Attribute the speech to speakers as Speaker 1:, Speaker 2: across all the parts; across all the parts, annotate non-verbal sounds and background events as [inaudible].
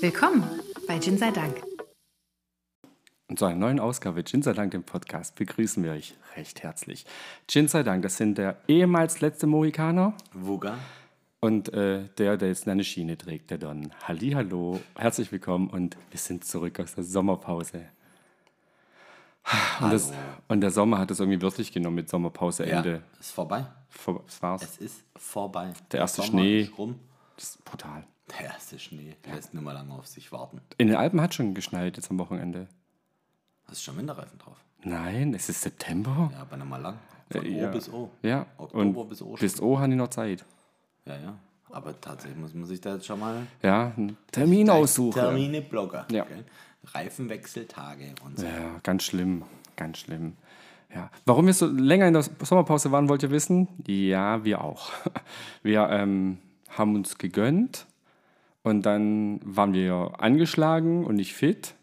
Speaker 1: Willkommen bei Gin sei Dank.
Speaker 2: Und zu einer neuen Ausgabe Gin sei Dank, dem Podcast, begrüßen wir euch recht herzlich. Gin sei Dank, das sind der ehemals letzte Mohikaner
Speaker 3: Wuga.
Speaker 2: und äh, der, der jetzt eine Schiene trägt, der Don. Hallihallo, herzlich willkommen und wir sind zurück aus der Sommerpause. Und, das, und der Sommer hat es irgendwie wörtlich genommen mit Sommerpauseende.
Speaker 3: Ja, ist vorbei.
Speaker 2: Vor- Das war's.
Speaker 3: Es ist vorbei.
Speaker 2: Der erste
Speaker 3: Sommer
Speaker 2: Schnee.
Speaker 3: ist Rum.
Speaker 2: Das ist brutal.
Speaker 3: Der erste Schnee lässt nimmer lange auf sich warten.
Speaker 2: In den Alpen hat schon geschneit jetzt am Wochenende.
Speaker 3: Hast du schon Winterreifen drauf?
Speaker 2: Nein, es ist September.
Speaker 3: Ja, aber nicht mal lang. Von
Speaker 2: Äh,
Speaker 3: O
Speaker 2: ja.
Speaker 3: bis O.
Speaker 2: Ja,
Speaker 3: Oktober
Speaker 2: und
Speaker 3: bis O.
Speaker 2: Bis O haben die noch Zeit.
Speaker 3: ja, ja. Aber tatsächlich muss man sich da jetzt schon mal
Speaker 2: Ja, einen Termin aussuchen.
Speaker 3: Termine blocker.
Speaker 2: Ja.
Speaker 3: gell? Reifenwechseltage und so.
Speaker 2: Ja, ganz schlimm, ganz schlimm. Ja. Warum wir so länger in der Sommerpause waren, wollt ihr wissen? Ja, wir auch. [laughs] Wir ähm, haben uns gegönnt und dann waren wir angeschlagen und nicht fit.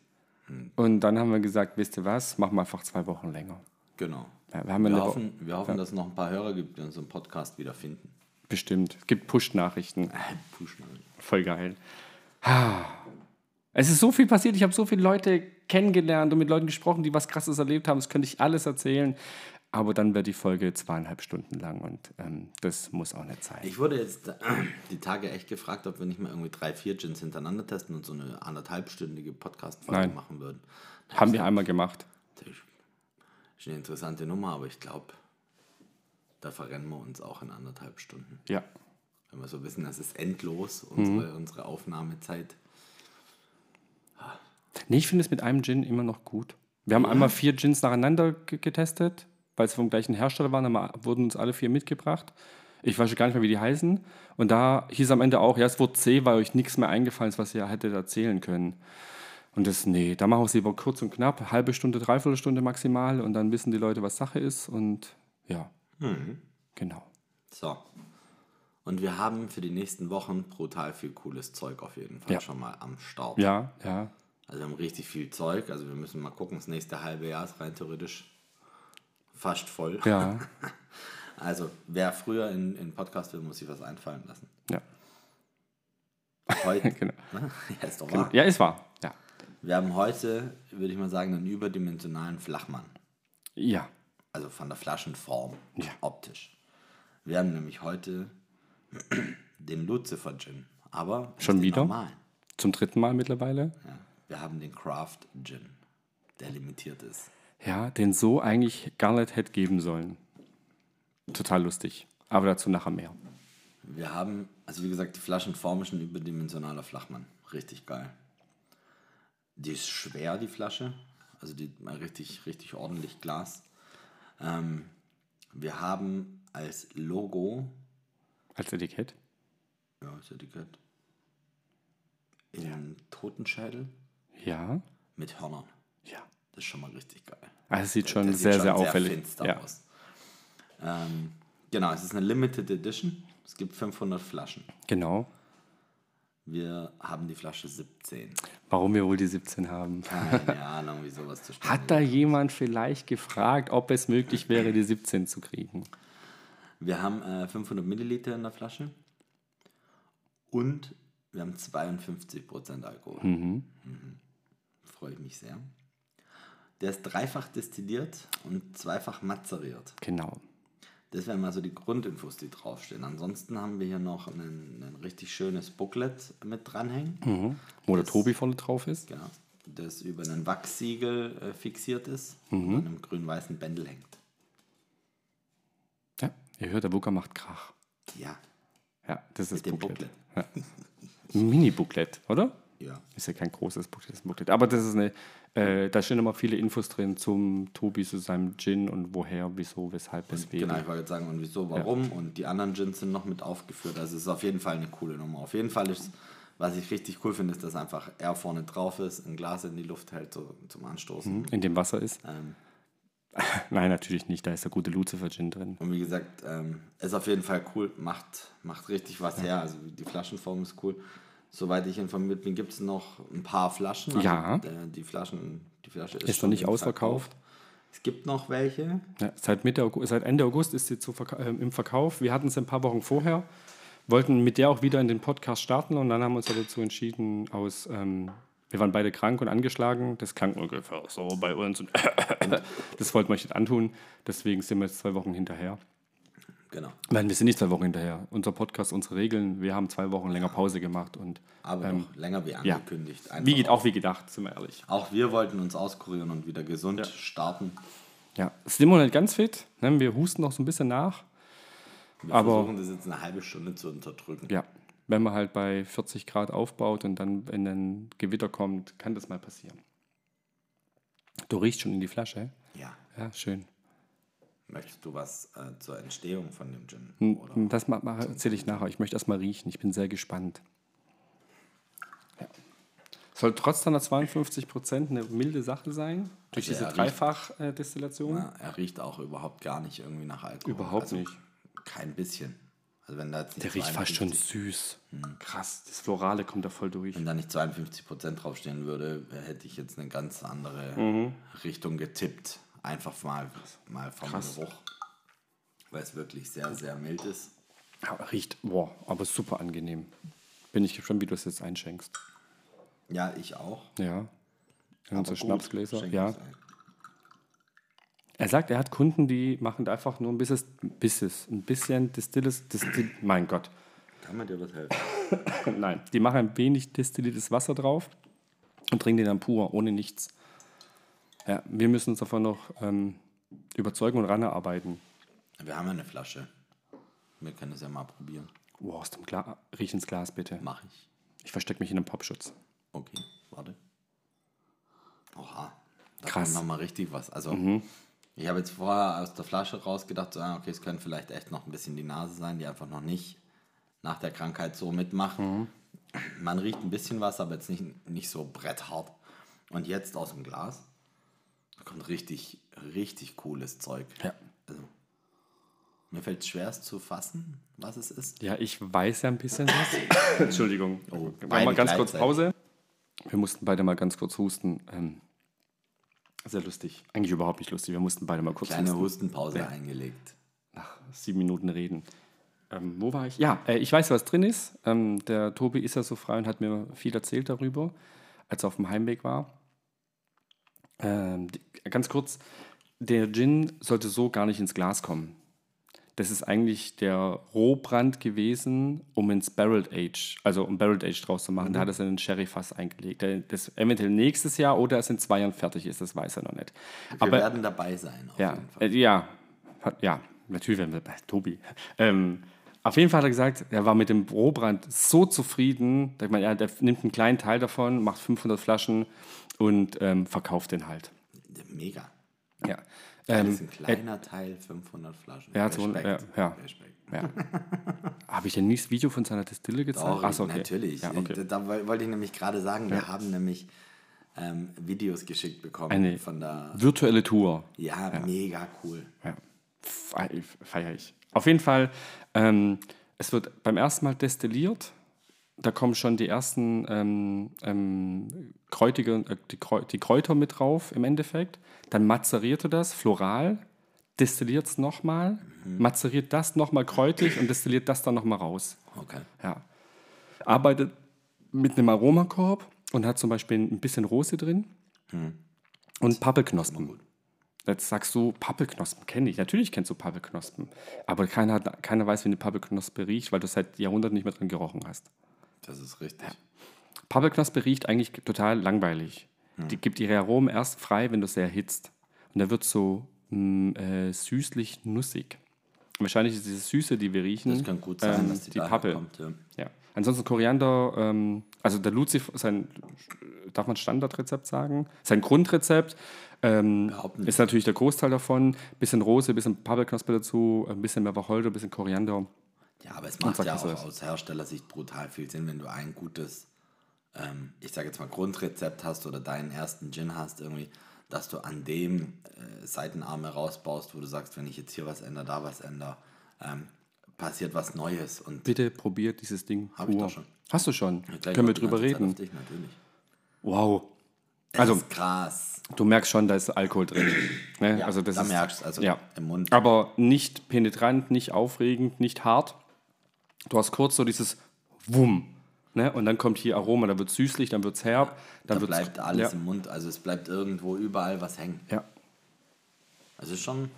Speaker 2: Und dann haben wir gesagt, wisst ihr was, machen wir einfach zwei Wochen länger.
Speaker 3: Genau.
Speaker 2: Ja, wir haben
Speaker 3: Wir
Speaker 2: eine Wo-
Speaker 3: hoffen, wir hoffen dass es noch ein paar Hörer gibt, die unseren Podcast Äh, wiederfinden.
Speaker 2: Bestimmt. Es gibt Push-Nachrichten.
Speaker 3: Puh, schnell.
Speaker 2: Voll geil. Ah. Es ist so viel passiert. Ich habe so viele Leute kennengelernt und mit Leuten gesprochen, die was Krasses erlebt haben. Das könnte ich alles erzählen. Aber dann wird die Folge zweieinhalb Stunden lang und ähm, das muss auch nicht sein.
Speaker 3: Ich wurde jetzt äh, die Tage echt gefragt, ob wir nicht mal irgendwie drei, vier Gins hintereinander testen und so eine anderthalbstündige Podcast-Folge
Speaker 2: Nein.
Speaker 3: machen würden.
Speaker 2: haben wir einmal gemacht.
Speaker 3: Das ist eine interessante Nummer, aber ich glaube, da verrennen wir uns auch in anderthalb Stunden.
Speaker 2: Ja.
Speaker 3: Wenn wir so wissen, das ist endlos, unsere,
Speaker 2: Mhm.
Speaker 3: unsere Aufnahmezeit.
Speaker 2: Nee, ich finde es mit einem Gin immer noch gut. Wir haben einmal vier Gins nacheinander ge- getestet, weil sie vom gleichen Hersteller waren, haben wir, wurden uns alle vier mitgebracht. Ich weiß schon gar nicht mehr, wie die heißen. Und da hieß am Ende auch, ja, es wurde C, weil euch nichts mehr eingefallen ist, was ihr hättet erzählen können. Und das, nee, da machen wir es lieber kurz und knapp, halbe Stunde, dreiviertel Stunde maximal und dann wissen die Leute, was Sache ist und ja. Genau.
Speaker 3: So. Und wir haben für die nächsten Wochen brutal viel cooles Zeug auf jeden Fall
Speaker 2: Ja.
Speaker 3: schon mal am Start.
Speaker 2: Ja, ja.
Speaker 3: Also wir haben richtig viel Zeug. Also wir müssen mal gucken, das nächste halbe Jahr ist rein theoretisch fast voll.
Speaker 2: Ja,
Speaker 3: Also wer früher in, in Podcast will, muss sich was einfallen
Speaker 2: [laughs]
Speaker 3: lassen.
Speaker 2: ja.
Speaker 3: Heute,
Speaker 2: Genau.
Speaker 3: [laughs] ja, ist doch wahr.
Speaker 2: Ja, ist wahr. Ja.
Speaker 3: Wir haben heute, würde ich mal sagen, einen überdimensionalen Flachmann.
Speaker 2: Ja.
Speaker 3: Also von der Flaschenform,
Speaker 2: Ja.
Speaker 3: optisch. Wir haben nämlich heute [clears throat] den Lucifer Gin, aber nicht
Speaker 2: Schon
Speaker 3: den
Speaker 2: wieder?
Speaker 3: normalen.
Speaker 2: Zum dritten Mal mittlerweile.
Speaker 3: Ja. Wir haben den Craft Gin, der limitiert ist.
Speaker 2: Ja, den so eigentlich gar nicht hätte geben sollen. Total lustig. Aber dazu nachher mehr.
Speaker 3: Wir haben, also wie gesagt, die Flaschenform ist ein überdimensionaler Flachmann. Richtig geil. Die ist schwer, die Flasche. Also die mal richtig, richtig ordentlich Glas. Ähm, wir haben als Logo,
Speaker 2: Als Etikett.
Speaker 3: ja, das Etikett, einen Totenschädel
Speaker 2: Ja.
Speaker 3: mit Hörnern.
Speaker 2: Ja.
Speaker 3: Das ist schon mal richtig geil.
Speaker 2: Also es sieht schon
Speaker 3: Der sieht
Speaker 2: sehr, sehr auffällig.
Speaker 3: finster
Speaker 2: ja.
Speaker 3: aus. Ähm, genau, es ist eine Limited Edition. Es gibt 500 Flaschen.
Speaker 2: Genau.
Speaker 3: Wir haben die Flasche 17.
Speaker 2: Warum wir wohl die 17 haben.
Speaker 3: Keine
Speaker 2: [laughs]
Speaker 3: Ahnung, wie sowas zu stellen.
Speaker 2: Hat da jemand vielleicht gefragt, ob es möglich wäre, die 17 zu kriegen?
Speaker 3: Wir haben äh, 500 Milliliter in der Flasche und wir haben 52% Alkohol. Mhm. Freue ich mich sehr. Der ist dreifach destilliert und zweifach mazeriert.
Speaker 2: Genau.
Speaker 3: Das wären mal so die Grundinfos, die draufstehen. Ansonsten haben wir hier noch ein, ein richtig schönes Booklet mit dranhängen.
Speaker 2: Wo der Tobi vorne drauf ist.
Speaker 3: Genau. Das über einen Wachssiegel äh, fixiert ist
Speaker 2: Mhm.
Speaker 3: und an einem grün-weißen Bändel hängt.
Speaker 2: Ja. Ihr hört, der Booker macht Krach.
Speaker 3: Ja.
Speaker 2: Ja, das ist
Speaker 3: Mit dem
Speaker 2: Booklet. Ja. Ein Mini-Booklet, oder?
Speaker 3: Ja.
Speaker 2: Ist ja kein großes Booklet, das ist ein Booklet. Aber das ist eine, äh, da stehen immer viele Infos drin zum Tobi, zu seinem Gin und woher, wieso, weshalb, weswegen.
Speaker 3: Genau, ich wollte jetzt sagen, und wieso, warum. Und die anderen Gins sind noch mit aufgeführt. Also es ist auf jeden Fall eine coole Nummer. Auf jeden Fall ist, was ich richtig cool finde, ist, dass einfach er vorne drauf ist, ein Glas in die Luft hält so, zum Anstoßen.
Speaker 2: In dem Wasser ist.
Speaker 3: Ähm,
Speaker 2: [laughs] Nein, natürlich nicht, da ist der gute Lucifer Gin drin.
Speaker 3: Und wie gesagt, ähm, ist auf jeden Fall cool, macht, macht richtig was her. Also die Flaschenform ist cool. Soweit ich informiert bin, gibt es noch ein paar Flaschen. Also,
Speaker 2: Ja.
Speaker 3: äh, die, Flaschen, die Flasche ist,
Speaker 2: Ist noch
Speaker 3: schon
Speaker 2: nicht
Speaker 3: im
Speaker 2: ausverkauft.
Speaker 3: Verkauf. Es gibt noch welche.
Speaker 2: Ja, seit, Mitte August, seit Ende August ist sie zu verka ähm, im Verkauf. Wir hatten es ein paar Wochen vorher. wollten mit der auch wieder in den Podcast starten und dann haben wir uns ja dazu entschieden, aus. Ähm, wir waren beide krank und angeschlagen. Das klang ungefähr so bei uns. Und [laughs] das wollten wir euch nicht antun. Deswegen sind wir jetzt zwei Wochen hinterher.
Speaker 3: Genau.
Speaker 2: Nein, wir sind nicht zwei Wochen hinterher. Unser Podcast, unsere Regeln. Wir haben zwei Wochen länger Pause gemacht. Und
Speaker 3: Aber
Speaker 2: ähm,
Speaker 3: noch länger wie
Speaker 2: ja.
Speaker 3: angekündigt. Einfach
Speaker 2: wie geht auch wie gedacht, sind wir ehrlich.
Speaker 3: Auch wir wollten uns auskurieren und wieder gesund starten.
Speaker 2: Ja, es sind wir noch nicht ganz fit. Ne? Wir husten noch so ein bisschen nach.
Speaker 3: Wir
Speaker 2: Aber-
Speaker 3: versuchen das jetzt eine halbe Stunde zu unterdrücken.
Speaker 2: Ja, wenn man halt bei 40 Grad aufbaut und dann in ein Gewitter kommt, kann das mal passieren. Du riechst schon in die Flasche.
Speaker 3: Ja.
Speaker 2: Ja, schön.
Speaker 3: Möchtest du was äh, zur Entstehung von dem Gin?
Speaker 2: Hm.
Speaker 3: Oder?
Speaker 2: Das ma- ma- erzähle ich nachher. Ich möchte erst mal riechen. Ich bin sehr gespannt. Ja. Soll trotz deiner 52 Prozent eine milde Sache sein? Durch
Speaker 3: Also er
Speaker 2: diese äh,
Speaker 3: riecht-
Speaker 2: Dreifach-Destillation?
Speaker 3: Ja, äh, er riecht auch überhaupt gar nicht irgendwie nach Alkohol.
Speaker 2: Überhaupt
Speaker 3: also,
Speaker 2: nicht.
Speaker 3: Kein bisschen. Also wenn da jetzt nicht
Speaker 2: Der riecht fast
Speaker 3: 52
Speaker 2: schon süß.
Speaker 3: Hm.
Speaker 2: Krass, das Florale kommt da voll durch.
Speaker 3: Wenn da nicht 52% draufstehen würde, hätte ich jetzt eine ganz andere
Speaker 2: Mhm.
Speaker 3: Richtung getippt. Einfach mal, mal vom
Speaker 2: Krass.
Speaker 3: Geruch. Weil es wirklich sehr, sehr mild ist.
Speaker 2: Ja, riecht, boah, aber super angenehm. Bin ich gespannt, wie du es jetzt einschenkst.
Speaker 3: Ja, ich auch.
Speaker 2: Ja. In unsere
Speaker 3: Aber gut,
Speaker 2: Schnapsgläser.
Speaker 3: schenk
Speaker 2: Ja.
Speaker 3: ich's ein.
Speaker 2: Er sagt, er hat Kunden, die machen einfach nur ein bisschen, bisses, ein bisschen distilliertes, distill, mein Gott.
Speaker 3: Kann man dir was helfen?
Speaker 2: Nein, die machen ein wenig destilliertes Wasser drauf und trinken den dann pur, ohne nichts. Ja, wir müssen uns davon noch ähm, überzeugen und ranarbeiten.
Speaker 3: Wir haben ja eine Flasche. Wir können es ja mal probieren.
Speaker 2: Wow, aus dem Glas, riech ins Glas bitte.
Speaker 3: Mach ich.
Speaker 2: Ich verstecke mich in einem Popschutz.
Speaker 3: Okay, warte. Oha. Da
Speaker 2: Krass.
Speaker 3: Krass. Noch mal richtig was. Also, ich habe jetzt vorher aus der Flasche rausgedacht, so, ah, okay, es können vielleicht echt noch ein bisschen die Nase sein, die einfach noch nicht nach der Krankheit so mitmacht. Man riecht ein bisschen was, aber jetzt nicht, nicht so bretthart. Und jetzt aus dem Glas kommt richtig, richtig cooles Zeug.
Speaker 2: Ja.
Speaker 3: Also, mir fällt es schwer, es zu fassen, was es ist.
Speaker 2: Ja, ich weiß ja ein bisschen
Speaker 3: [coughs]
Speaker 2: was. Entschuldigung.
Speaker 3: Oh,
Speaker 2: Wir machen
Speaker 3: beide
Speaker 2: mal ganz kurz
Speaker 3: gleichzeitig.
Speaker 2: Pause. Wir mussten beide mal ganz kurz husten. Ähm, sehr lustig. Eigentlich überhaupt nicht lustig. Wir mussten beide mal kurz
Speaker 3: Kleine
Speaker 2: husten.
Speaker 3: Hustenpause eingelegt.
Speaker 2: Nach sieben Minuten reden. Ähm, wo war ich? Ja, äh, ich weiß, was drin ist. Ähm, der Tobi ist ja so frei und hat mir viel erzählt darüber, als er auf dem Heimweg war. Ähm, die, ganz kurz, der Gin sollte so gar nicht ins Glas kommen. Das ist eigentlich der Rohbrand gewesen, um ins Barrel Age, also um Barrel Age draus zu machen. Da hat er es in den Sherry-Fass eingelegt. Der- Das eventuell nächstes Jahr oder es in zwei Jahren fertig ist, das weiß er noch nicht.
Speaker 3: Wir werden dabei sein, auf
Speaker 2: Ja,
Speaker 3: jeden Fall.
Speaker 2: äh, ja, Hat- ja, natürlich werden wir bei Tobi. Ähm, auf jeden Fall hat er gesagt, er war mit dem Rohbrand so zufrieden, dass man, ja, der nimmt einen kleinen Teil davon, macht 500 Flaschen und ähm, verkauft den halt.
Speaker 3: Mega.
Speaker 2: Ja.
Speaker 3: Das
Speaker 2: Ähm,
Speaker 3: ist ein kleiner Teil, 500 Flaschen.
Speaker 2: Ja, so- ja, ja.
Speaker 3: Respekt.
Speaker 2: Habe ich denn nie das Video von seiner Distille gezeigt?
Speaker 3: Doch,
Speaker 2: Ach so, okay.
Speaker 3: natürlich.
Speaker 2: Ja, okay.
Speaker 3: Da, da woll- wollte ich nämlich gerade sagen, wir haben nämlich ähm, Videos geschickt bekommen
Speaker 2: Eine-
Speaker 3: von der...
Speaker 2: Virtuelle Tour.
Speaker 3: Ja, mega cool.
Speaker 2: Ja. Fe- Feier ich. Auf jeden Fall, ähm, es wird beim ersten Mal destilliert. Da kommen schon die ersten ähm, ähm, Kräutige, äh, die, Kräu die Kräuter mit drauf im Endeffekt. Dann mazeriert er das floral, destilliert es nochmal, mazeriert das nochmal kräutig und destilliert das dann nochmal raus.
Speaker 3: Okay.
Speaker 2: Ja. Arbeitet mit einem Aromakorb und hat zum Beispiel ein bisschen Rose drin
Speaker 3: Hm.
Speaker 2: und Pappelknospen. Jetzt sagst du, Pappelknospen kenne ich. Natürlich kennst du Pappelknospen. Aber keiner, hat, keiner weiß, wie eine Pappelknospe riecht, weil du seit Jahrhunderten nicht mehr dran gerochen hast.
Speaker 3: Das ist richtig.
Speaker 2: Pappelknospe riecht eigentlich total langweilig.
Speaker 3: Hm.
Speaker 2: Die gibt ihre Aromen erst frei, wenn du sie erhitzt. Und da wird so mh, äh, süßlich-nussig. Wahrscheinlich ist diese Süße, die wir riechen,
Speaker 3: Das kann gut sein,
Speaker 2: ähm,
Speaker 3: dass die,
Speaker 2: die
Speaker 3: daher
Speaker 2: Pappe.
Speaker 3: kommt. Ja.
Speaker 2: Ja. Ansonsten Koriander, ähm, also der Lucifer, sein, darf man Standardrezept sagen? Sein Grundrezept ähm,
Speaker 3: Überhaupt nicht.
Speaker 2: ist natürlich der Großteil davon. Bisschen Rose, bisschen Pappelknospe dazu, ein bisschen mehr Wacholder, bisschen Koriander.
Speaker 3: ja, aber es macht
Speaker 2: sagt
Speaker 3: ja
Speaker 2: das
Speaker 3: auch
Speaker 2: was.
Speaker 3: aus Herstellersicht brutal viel Sinn, wenn du ein gutes, ähm, ich sage jetzt mal Grundrezept hast oder deinen ersten Gin hast irgendwie, dass du an dem äh, Seitenarme rausbaust, wo du sagst, wenn ich jetzt hier was ändere, da was ändere, ähm, passiert was Neues und
Speaker 2: Bitte probiert dieses Ding.
Speaker 3: Hab ich
Speaker 2: pur.
Speaker 3: doch schon.
Speaker 2: Hast du schon?
Speaker 3: Ja, gleich
Speaker 2: Können wir
Speaker 3: kommt die
Speaker 2: drüber
Speaker 3: ganze Zeit
Speaker 2: reden?
Speaker 3: auf Dich, natürlich.
Speaker 2: Wow.
Speaker 3: Es
Speaker 2: Also-
Speaker 3: ist krass.
Speaker 2: Du merkst schon, da ist Alkohol drin. Ne?
Speaker 3: Ja,
Speaker 2: also das
Speaker 3: da
Speaker 2: ist,
Speaker 3: merkst du, also
Speaker 2: ja.
Speaker 3: im Mund.
Speaker 2: Aber nicht penetrant, nicht aufregend, nicht hart. Du hast kurz so dieses Wumm. Ne? Und dann kommt hier Aroma, dann wird es süßlich, dann wird es herb. Dann
Speaker 3: Da
Speaker 2: wird's,
Speaker 3: bleibt alles
Speaker 2: ja,
Speaker 3: im Mund. Also es bleibt irgendwo überall was hängen.
Speaker 2: ja,
Speaker 3: Also es ist schon.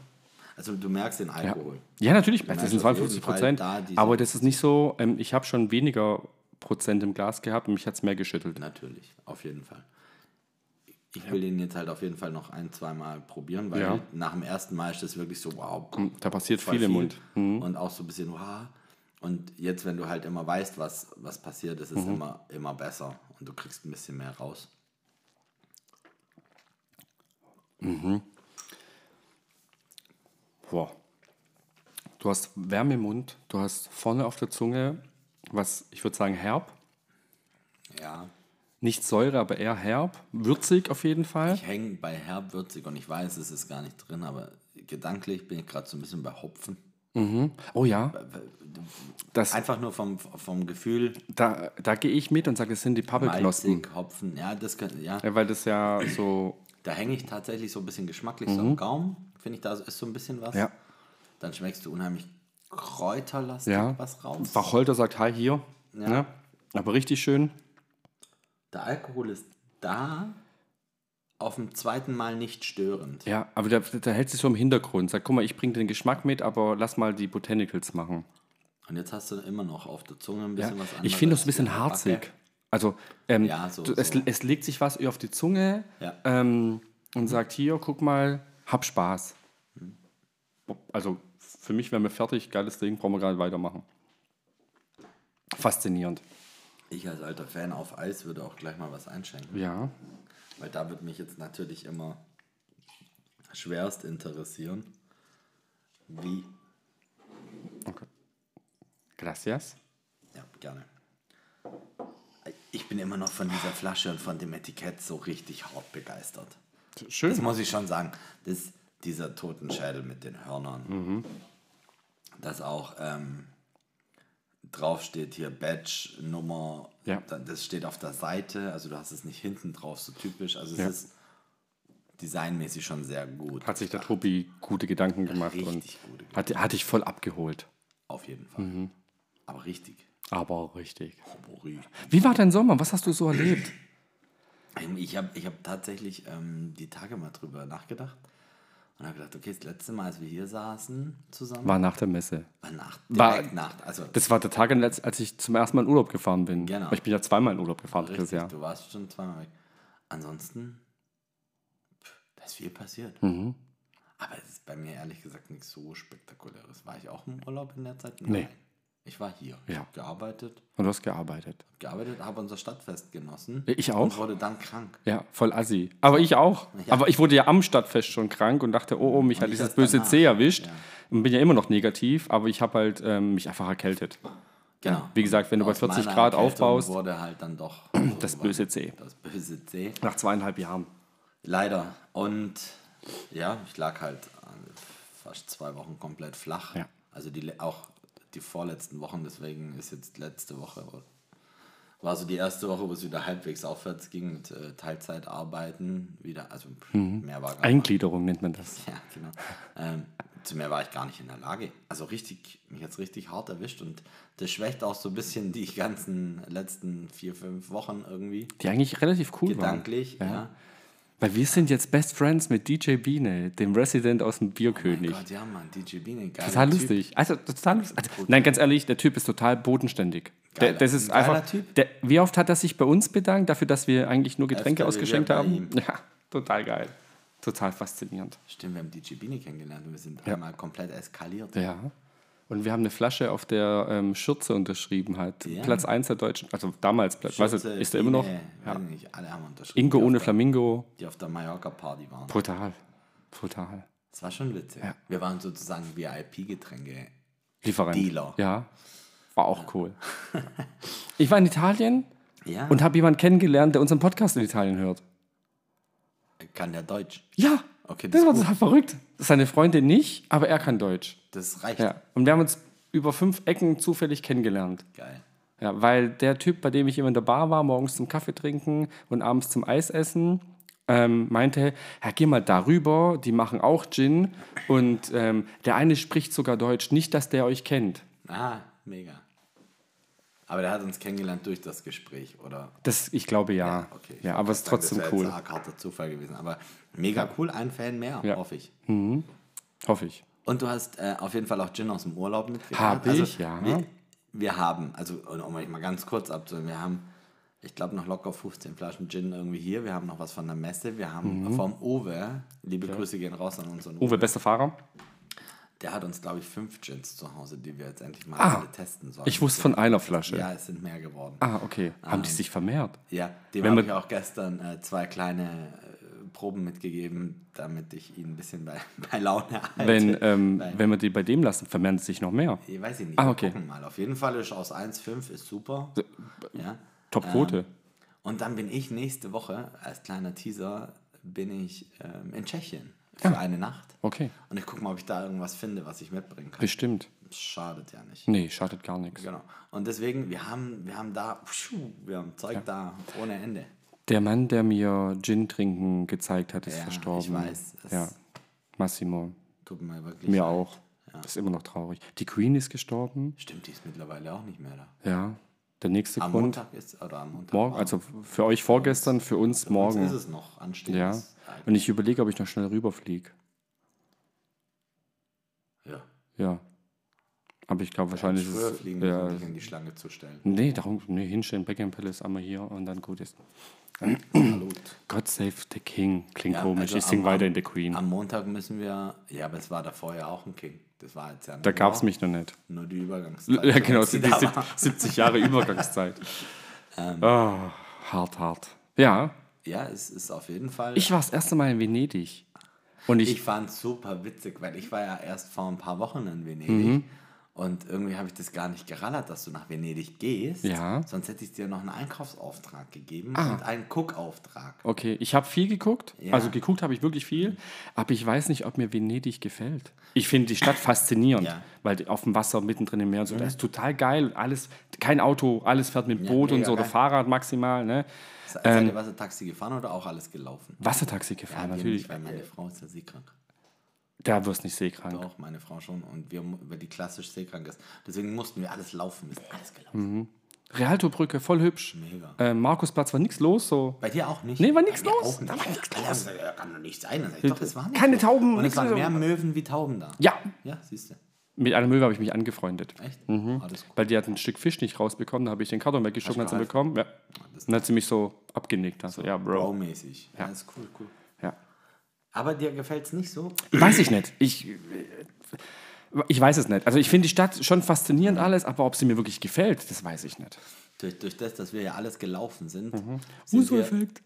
Speaker 3: Also du merkst den
Speaker 2: ja.
Speaker 3: Alkohol.
Speaker 2: ja, natürlich,
Speaker 3: merkst
Speaker 2: das sind
Speaker 3: auf jeden
Speaker 2: 52
Speaker 3: Fall
Speaker 2: Prozent.
Speaker 3: da diese-
Speaker 2: aber das ist nicht so, ähm, ich habe schon weniger Prozent im Glas gehabt und mich hat es mehr geschüttelt.
Speaker 3: Natürlich, auf jeden Fall. Ich will den jetzt halt auf jeden Fall noch ein, zweimal probieren, weil
Speaker 2: Ja.
Speaker 3: nach dem ersten Mal ist das wirklich so, wow,
Speaker 2: Hm, Da passiert
Speaker 3: voll
Speaker 2: viel im Mund. Mhm.
Speaker 3: Und auch so ein bisschen, wow. Und jetzt, wenn du halt immer weißt, was, was passiert, ist es
Speaker 2: Mhm.
Speaker 3: immer, immer besser und du kriegst ein bisschen mehr raus.
Speaker 2: Boah. Du hast Wärme im Mund, du hast vorne auf der Zunge was, ich würde sagen, herb.
Speaker 3: Ja,
Speaker 2: Nicht Säure, aber eher herb. Würzig auf jeden Fall.
Speaker 3: ich hänge bei herbwürzig und ich weiß, es ist gar nicht drin, aber gedanklich bin ich gerade so ein bisschen bei Hopfen.
Speaker 2: Oh ja.
Speaker 3: äh,
Speaker 2: Das,
Speaker 3: Einfach nur vom, vom Gefühl,
Speaker 2: da da gehe ich mit und sage, das sind die Pappelknospen.
Speaker 3: Malzig, Hopfen, ja, das könnte, ja.
Speaker 2: Ja, weil das ja so.
Speaker 3: Da hänge ich tatsächlich so ein bisschen geschmacklich so am Gaumen. Finde ich, da ist so ein bisschen was.
Speaker 2: Mhm. Ja.
Speaker 3: Dann schmeckst du unheimlich kräuterlastig
Speaker 2: Ja.
Speaker 3: was raus.
Speaker 2: Wacholder sagt, hi, hier.
Speaker 3: Ja.
Speaker 2: Ne? Aber richtig schön.
Speaker 3: Der Alkohol ist da, auf dem zweiten Mal nicht störend.
Speaker 2: Ja, aber da, da hält sich so im Hintergrund. Sagt, guck mal, ich bringe den Geschmack mit, aber lass mal die Botanicals machen.
Speaker 3: Und jetzt hast du immer noch auf der Zunge ein
Speaker 2: Ja,
Speaker 3: bisschen was anderes.
Speaker 2: ich finde das ein bisschen
Speaker 3: als auf der
Speaker 2: harzig. Also, ähm,
Speaker 3: Ja, so-
Speaker 2: du- es,
Speaker 3: so.
Speaker 2: es legt sich was auf die Zunge
Speaker 3: Ja.
Speaker 2: ähm, und sagt: Hier, guck mal, hab Spaß. Also, für mich wären wir fertig, geiles Ding, brauchen wir gerade weitermachen. Faszinierend.
Speaker 3: Backe. Ich als alter Fan auf Eis würde auch gleich mal was einschenken.
Speaker 2: Ja.
Speaker 3: Weil da wird mich jetzt natürlich immer schwerst interessieren, wie.
Speaker 2: Gracias.
Speaker 3: Ja, gerne. Ich bin immer noch von dieser Flasche und von dem Etikett so richtig hart begeistert. Das
Speaker 2: Schön.
Speaker 3: muss ich schon sagen. Das, dieser Totenschädel mit den Hörnern. Das auch ähm, drauf steht hier Badge, Nummer.
Speaker 2: Ja.
Speaker 3: da- Das steht auf der Seite. Also du hast es nicht hinten drauf, so typisch. Also es
Speaker 2: Ja.
Speaker 3: ist designmäßig schon sehr gut.
Speaker 2: Hat sich der Tobi gute Gedanken gemacht
Speaker 3: Richtig
Speaker 2: und
Speaker 3: gute Gedanken.
Speaker 2: hat, hat dich voll abgeholt.
Speaker 3: Auf jeden Fall.
Speaker 2: Mhm.
Speaker 3: Aber richtig.
Speaker 2: Aber richtig.
Speaker 3: Aber richtig.
Speaker 2: Wie war dein Sommer? Was hast du so erlebt?
Speaker 3: Ähm, Ich habe ich hab tatsächlich ähm, die Tage mal drüber nachgedacht und habe gedacht, okay, das letzte Mal, als wir hier saßen zusammen,
Speaker 2: War nach der Messe.
Speaker 3: war Nacht.
Speaker 2: war-
Speaker 3: Direkt Nacht. Also,
Speaker 2: Das war der Tag, als als ich zum ersten Mal in Urlaub gefahren bin.
Speaker 3: Genau.
Speaker 2: Weil Ich bin ja zweimal in Urlaub gefahren
Speaker 3: richtig,
Speaker 2: dieses Jahr.
Speaker 3: du warst schon zweimal weg. Ansonsten, pff, da ist viel passiert.
Speaker 2: Mhm.
Speaker 3: Aber es ist bei mir ehrlich gesagt nichts so spektakuläres. War ich auch im Urlaub in der Zeit? Nein.
Speaker 2: Nee.
Speaker 3: Ich war hier. Ich
Speaker 2: Ja.
Speaker 3: habe gearbeitet,
Speaker 2: Und du hast gearbeitet.
Speaker 3: hab gearbeitet, habe unser Stadtfest genossen.
Speaker 2: Ich
Speaker 3: Und
Speaker 2: auch.
Speaker 3: wurde dann krank.
Speaker 2: Ja, voll assi. Aber ich auch.
Speaker 3: Ja.
Speaker 2: Aber ich wurde ja am Stadtfest schon krank und dachte, oh, oh mich
Speaker 3: Und
Speaker 2: hat
Speaker 3: ich
Speaker 2: dieses
Speaker 3: erst
Speaker 2: böse
Speaker 3: danach.
Speaker 2: C erwischt.
Speaker 3: Ja.
Speaker 2: Und bin ja immer noch negativ, aber ich habe halt ähm, mich einfach erkältet.
Speaker 3: Genau.
Speaker 2: Wie gesagt, wenn du bei
Speaker 3: Aus
Speaker 2: 40
Speaker 3: meiner
Speaker 2: Grad
Speaker 3: Erkältung
Speaker 2: aufbaust,
Speaker 3: wurde halt dann doch
Speaker 2: das böse C.
Speaker 3: Das böse C.
Speaker 2: Nach zweieinhalb Jahren.
Speaker 3: Leider. Und ja, ich lag halt äh, fast zwei Wochen komplett flach.
Speaker 2: Ja.
Speaker 3: Also die, le- auch die vorletzten Wochen, deswegen ist jetzt letzte Woche, war so die erste Woche, wo es wieder halbwegs aufwärts ging mit äh, Teilzeitarbeiten wieder. Also pff,
Speaker 2: Mhm.
Speaker 3: mehr war gar nicht.
Speaker 2: Eingliederung nennt man das.
Speaker 3: [laughs] Ja, genau. Ähm, zu mehr war ich gar nicht in der Lage. Also richtig, mich jetzt richtig hart erwischt und das schwächt auch so ein bisschen die ganzen letzten vier, fünf Wochen irgendwie.
Speaker 2: Die eigentlich relativ cool
Speaker 3: Gedanklich,
Speaker 2: waren.
Speaker 3: ja.
Speaker 2: Weil wir sind jetzt Best Friends mit DJ Biene, dem Resident aus dem Bierkönig.
Speaker 3: Oh Gott, ja, Mann, DJ Biene, geil.
Speaker 2: Total lustig. Also, total lustig. Also, nein, ganz ehrlich, der Typ ist total bodenständig. Der,
Speaker 3: Geiler-
Speaker 2: das ist
Speaker 3: ein geiler
Speaker 2: einfach.
Speaker 3: Typ.
Speaker 2: Der, wie oft hat er sich bei uns bedankt, dafür, dass wir eigentlich nur Getränke
Speaker 3: Öfter wie
Speaker 2: ausgeschenkt
Speaker 3: wir bei
Speaker 2: haben? [laughs] Ja, total geil. Total faszinierend.
Speaker 3: Stimmt, wir haben DJ Biene kennengelernt und wir sind einmal komplett eskaliert.
Speaker 2: Ja. Und wir haben eine Flasche, auf der ähm, Schürze unterschrieben hat.
Speaker 3: Ja.
Speaker 2: Platz 1 der Deutschen, also damals Platz, weißt du,
Speaker 3: Schürze,
Speaker 2: ist er immer noch?
Speaker 3: Biene, Weiß nicht, alle haben unterschrieben.
Speaker 2: Ingo
Speaker 3: die
Speaker 2: ohne
Speaker 3: auf der,
Speaker 2: Flamingo.
Speaker 3: Die auf der Mallorca-Party waren.
Speaker 2: Brutal. Brutal.
Speaker 3: Das war schon witzig. Wir waren sozusagen VIP-Getränke.
Speaker 2: Lieferant.
Speaker 3: Dealer.
Speaker 2: Ja. War auch
Speaker 3: [laughs]
Speaker 2: cool. ich war in Italien
Speaker 3: Ja,
Speaker 2: und habe jemanden kennengelernt, der unseren Podcast in Italien hört.
Speaker 3: kann der Deutsch.
Speaker 2: Ja,
Speaker 3: Okay,
Speaker 2: das,
Speaker 3: das ist
Speaker 2: war total verrückt. Seine Freundin nicht, aber er kann Deutsch.
Speaker 3: Das reicht.
Speaker 2: Ja. Und wir haben uns über fünf Ecken zufällig kennengelernt.
Speaker 3: Geil.
Speaker 2: Ja, weil der Typ, bei dem ich immer in der Bar war, morgens zum Kaffee trinken und abends zum Eis essen, ähm, meinte, ja, geh mal darüber, die machen auch Gin. Und ähm, der eine spricht sogar Deutsch, nicht, dass der euch kennt.
Speaker 3: Ah, mega. Aber der hat uns kennengelernt durch das Gespräch, oder?
Speaker 2: Das, ich glaube ja. Ja,
Speaker 3: Okay. ich
Speaker 2: aber es ist
Speaker 3: wollte
Speaker 2: trotzdem
Speaker 3: sagen, das wär
Speaker 2: cool.
Speaker 3: Jetzt ein harter Zufall gewesen. Aber mega cool, ein Fan mehr,
Speaker 2: Ja.
Speaker 3: hoffe ich.
Speaker 2: Hoffe ich.
Speaker 3: Und du hast äh, auf jeden Fall auch Gin aus dem Urlaub mitgebracht. Also
Speaker 2: Hab ich, ja.
Speaker 3: Wir, wir haben, also und um euch mal ganz kurz abzuholen, wir haben, ich glaube, noch locker 15 Flaschen Gin irgendwie hier. Wir haben noch was von der Messe. Wir haben vom Uwe, liebe Grüße gehen raus an unseren Uwe.
Speaker 2: Mhm. Uwe, bester Fahrer.
Speaker 3: Der hat uns, glaube ich, fünf Gins zu Hause, die wir jetzt endlich mal
Speaker 2: Ah,
Speaker 3: alle testen sollen.
Speaker 2: Ich wusste von einer Flasche.
Speaker 3: Ja, es sind mehr geworden.
Speaker 2: Ah, okay. Haben die sich vermehrt?
Speaker 3: Ja, dem
Speaker 2: Wenn
Speaker 3: habe
Speaker 2: man-
Speaker 3: ich auch gestern äh, zwei kleine äh, Proben mitgegeben, damit ich ihn ein bisschen bei, [laughs] bei Laune halte.
Speaker 2: Wenn, ähm, wenn wir die bei dem lassen, vermehren sie sich noch mehr.
Speaker 3: Ich weiß ich nicht.
Speaker 2: Ah,
Speaker 3: wir
Speaker 2: okay.
Speaker 3: Gucken mal. Auf jeden Fall ist aus 1,5 ist super. Ja. Ähm,
Speaker 2: Topquote.
Speaker 3: Und dann bin ich nächste Woche, als kleiner Teaser, bin ich ähm, in Tschechien für eine Nacht.
Speaker 2: Ah. Okay.
Speaker 3: Und ich gucke mal, ob ich da irgendwas finde, was ich mitbringen kann.
Speaker 2: Bestimmt.
Speaker 3: Schadet ja nicht.
Speaker 2: Nee, schadet gar nichts.
Speaker 3: Genau. Und deswegen, wir haben, wir haben da, pschuh, wir haben Zeug da ohne Ende.
Speaker 2: Der Mann, der mir Gin trinken gezeigt hat, ist
Speaker 3: Ja,
Speaker 2: verstorben.
Speaker 3: ich weiß. Es
Speaker 2: Ja. Massimo.
Speaker 3: Tut mir wirklich
Speaker 2: Mir
Speaker 3: leid.
Speaker 2: auch. Das ist immer noch traurig. Die Queen ist gestorben.
Speaker 3: Stimmt, die ist mittlerweile auch nicht mehr da.
Speaker 2: Ja. Der nächste
Speaker 3: Am
Speaker 2: Grund.
Speaker 3: Montag ist, oder am Montag.
Speaker 2: Morgen, also für euch vorgestern, für uns morgen.
Speaker 3: Jetzt ist es noch anstehend.
Speaker 2: ja. Und ich überlege, ob ich noch schnell rüberfliege.
Speaker 3: ja.
Speaker 2: Ja. Aber ich glaube wahrscheinlich ist
Speaker 3: Früher
Speaker 2: es.
Speaker 3: fliegen müssen,
Speaker 2: Ja,
Speaker 3: um dich in die Schlange zu stellen.
Speaker 2: nee, darum, nee, hinstellen, Beckham Palace einmal hier und dann gut ist. Hm.
Speaker 3: Salut.
Speaker 2: God save the King. Klingt
Speaker 3: Ja,
Speaker 2: komisch.
Speaker 3: also
Speaker 2: ich sing
Speaker 3: am-
Speaker 2: weiter
Speaker 3: am-
Speaker 2: in The Queen.
Speaker 3: Am Montag müssen wir, ja, aber es war davor ja auch ein King. Das war jetzt ja
Speaker 2: da gab es
Speaker 3: nur,
Speaker 2: mich noch nicht.
Speaker 3: nur die Übergangszeit.
Speaker 2: Ja, genau,
Speaker 3: als
Speaker 2: die,
Speaker 3: [laughs] sie
Speaker 2: die
Speaker 3: da
Speaker 2: sieb-
Speaker 3: war. Ähm.
Speaker 2: 70 Jahre Übergangszeit. Ah, hart, hart. Ja,
Speaker 3: Ja, es ist auf jeden Fall.
Speaker 2: ich war das erste Mal in Venedig. Und ich,
Speaker 3: Ich fand es super witzig, weil ich war ja erst vor ein paar Wochen in
Speaker 2: Mhm.
Speaker 3: Venedig und irgendwie habe ich das gar nicht gerallert, dass du nach Venedig gehst.
Speaker 2: Ja. Ah.
Speaker 3: Sonst hätte ich dir noch einen Einkaufsauftrag gegeben und einen Cook-Auftrag.
Speaker 2: okay, ich habe viel geguckt.
Speaker 3: Ja.
Speaker 2: Also geguckt habe ich wirklich viel. Aber ich weiß nicht, ob mir Venedig gefällt. Ich finde die Stadt faszinierend,
Speaker 3: Ja. Mhm.
Speaker 2: weil die auf dem Wasser mittendrin im Meer und so, das ist total geil. Alles, kein Auto, alles fährt mit
Speaker 3: Ja,
Speaker 2: Boot und
Speaker 3: mega
Speaker 2: so oder
Speaker 3: geil.
Speaker 2: Fahrrad maximal. Ne?
Speaker 3: Se- Seid ihr Wassertaxi gefahren oder auch alles gelaufen?
Speaker 2: Wassertaxi gefahren,
Speaker 3: wir
Speaker 2: natürlich. Äh,
Speaker 3: Nicht, weil meine Frau ist ja seekrank.
Speaker 2: Da wirst nicht seekrank.
Speaker 3: Doch, meine Frau schon. Und wir, mu- weil die klassisch seekrank ist. Deswegen mussten wir alles laufen. Wir sind alles
Speaker 2: Mhm.
Speaker 3: gelaufen.
Speaker 2: Rialto-Brücke, voll hübsch.
Speaker 3: Mega.
Speaker 2: Äh, Markusplatz war nichts los, so.
Speaker 3: Bei dir auch nicht?
Speaker 2: Nee, war nix
Speaker 3: Bei mir
Speaker 2: los.
Speaker 3: Auch nicht.
Speaker 2: Da war nix
Speaker 3: Alter, Das kann doch nicht sein. Dann sag ich, doch, das war nicht
Speaker 2: Keine
Speaker 3: so.
Speaker 2: Tauben,
Speaker 3: Und es
Speaker 2: nix
Speaker 3: waren
Speaker 2: so.
Speaker 3: mehr Möwen wie Tauben da.
Speaker 2: Ja,
Speaker 3: Ja, siehst du.
Speaker 2: mit einer Möwe habe ich mich angefreundet.
Speaker 3: Echt? Alles cool.
Speaker 2: Weil die hat ein Stück Fisch nicht rausbekommen, da habe ich den Karton weggeschoben, hat
Speaker 3: Hast
Speaker 2: sie
Speaker 3: du
Speaker 2: bekommen. Ja.
Speaker 3: das ist
Speaker 2: Und hat sie mich so abgenickt. Also, ja, Bro.
Speaker 3: Baumäßig. Ja, ist cool, cool.
Speaker 2: Ja.
Speaker 3: Aber dir gefällt es nicht so?
Speaker 2: Weiß ich nicht. Ich, äh, ich weiß es nicht. Also ich finde die Stadt schon faszinierend alles, aber ob sie mir wirklich gefällt, das weiß ich nicht.
Speaker 3: Durch, durch das, dass wir ja alles gelaufen sind.
Speaker 2: Mhm.
Speaker 3: sind wir,
Speaker 2: Uso-Effekt.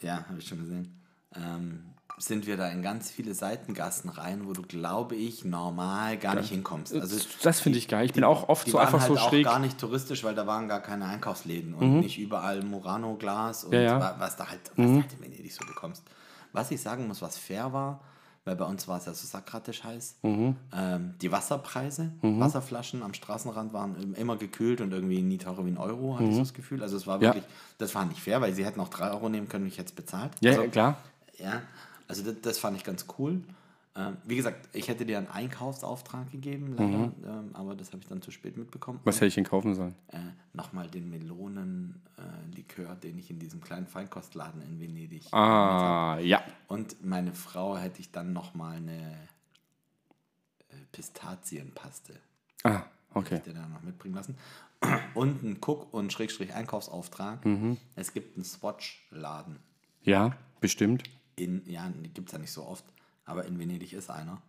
Speaker 3: Ja, habe ich schon gesehen. Ähm, sind wir da in ganz viele Seitengassen rein, wo du, glaube ich, normal gar nicht hinkommst. Also
Speaker 2: Das finde ich geil. Ich bin auch oft
Speaker 3: die
Speaker 2: so
Speaker 3: waren
Speaker 2: einfach
Speaker 3: halt
Speaker 2: so
Speaker 3: auch
Speaker 2: schräg. Mhm.
Speaker 3: gar nicht touristisch, weil da waren gar keine Einkaufsläden und nicht überall Murano-Glas und
Speaker 2: Ja, ja. Mhm.
Speaker 3: wa- was da halt, was du halt in Venedig so bekommst. Was ich sagen muss, was fair war, weil bei uns war es ja so sakratisch heiß,
Speaker 2: Mhm.
Speaker 3: ähm, die Wasserpreise, Wasserflaschen am Straßenrand waren im- immer gekühlt und irgendwie nie teurer wie ein Euro, hatte ich so das Gefühl. Also es war
Speaker 2: Mhm. Ja.
Speaker 3: wirklich, das war nicht fair, weil sie hätten auch drei Euro nehmen können und ich hätte es bezahlt.
Speaker 2: Ja,
Speaker 3: also,
Speaker 2: ja, klar.
Speaker 3: ja, also das, das fand ich ganz cool. Ähm, wie gesagt, ich hätte dir einen Einkaufsauftrag gegeben, leider, ähm, aber das habe ich dann zu spät mitbekommen.
Speaker 2: Mhm. Was hätte ich denn kaufen sollen?
Speaker 3: Äh, Nochmal den Melonenlikör, den ich in diesem kleinen Feinkostladen in Venedig.
Speaker 2: Ah, ja.
Speaker 3: Und meine Frau hätte ich dann nochmal eine äh, Pistazienpaste
Speaker 2: Ah, okay.
Speaker 3: der da noch mitbringen lassen. Und einen Cook- und Schrägstrich Einkaufsauftrag.
Speaker 2: Mhm.
Speaker 3: Es gibt einen Swatch-Laden
Speaker 2: Ja, bestimmt.
Speaker 3: in, ja, gibt es ja nicht so oft, aber in Venedig ist einer.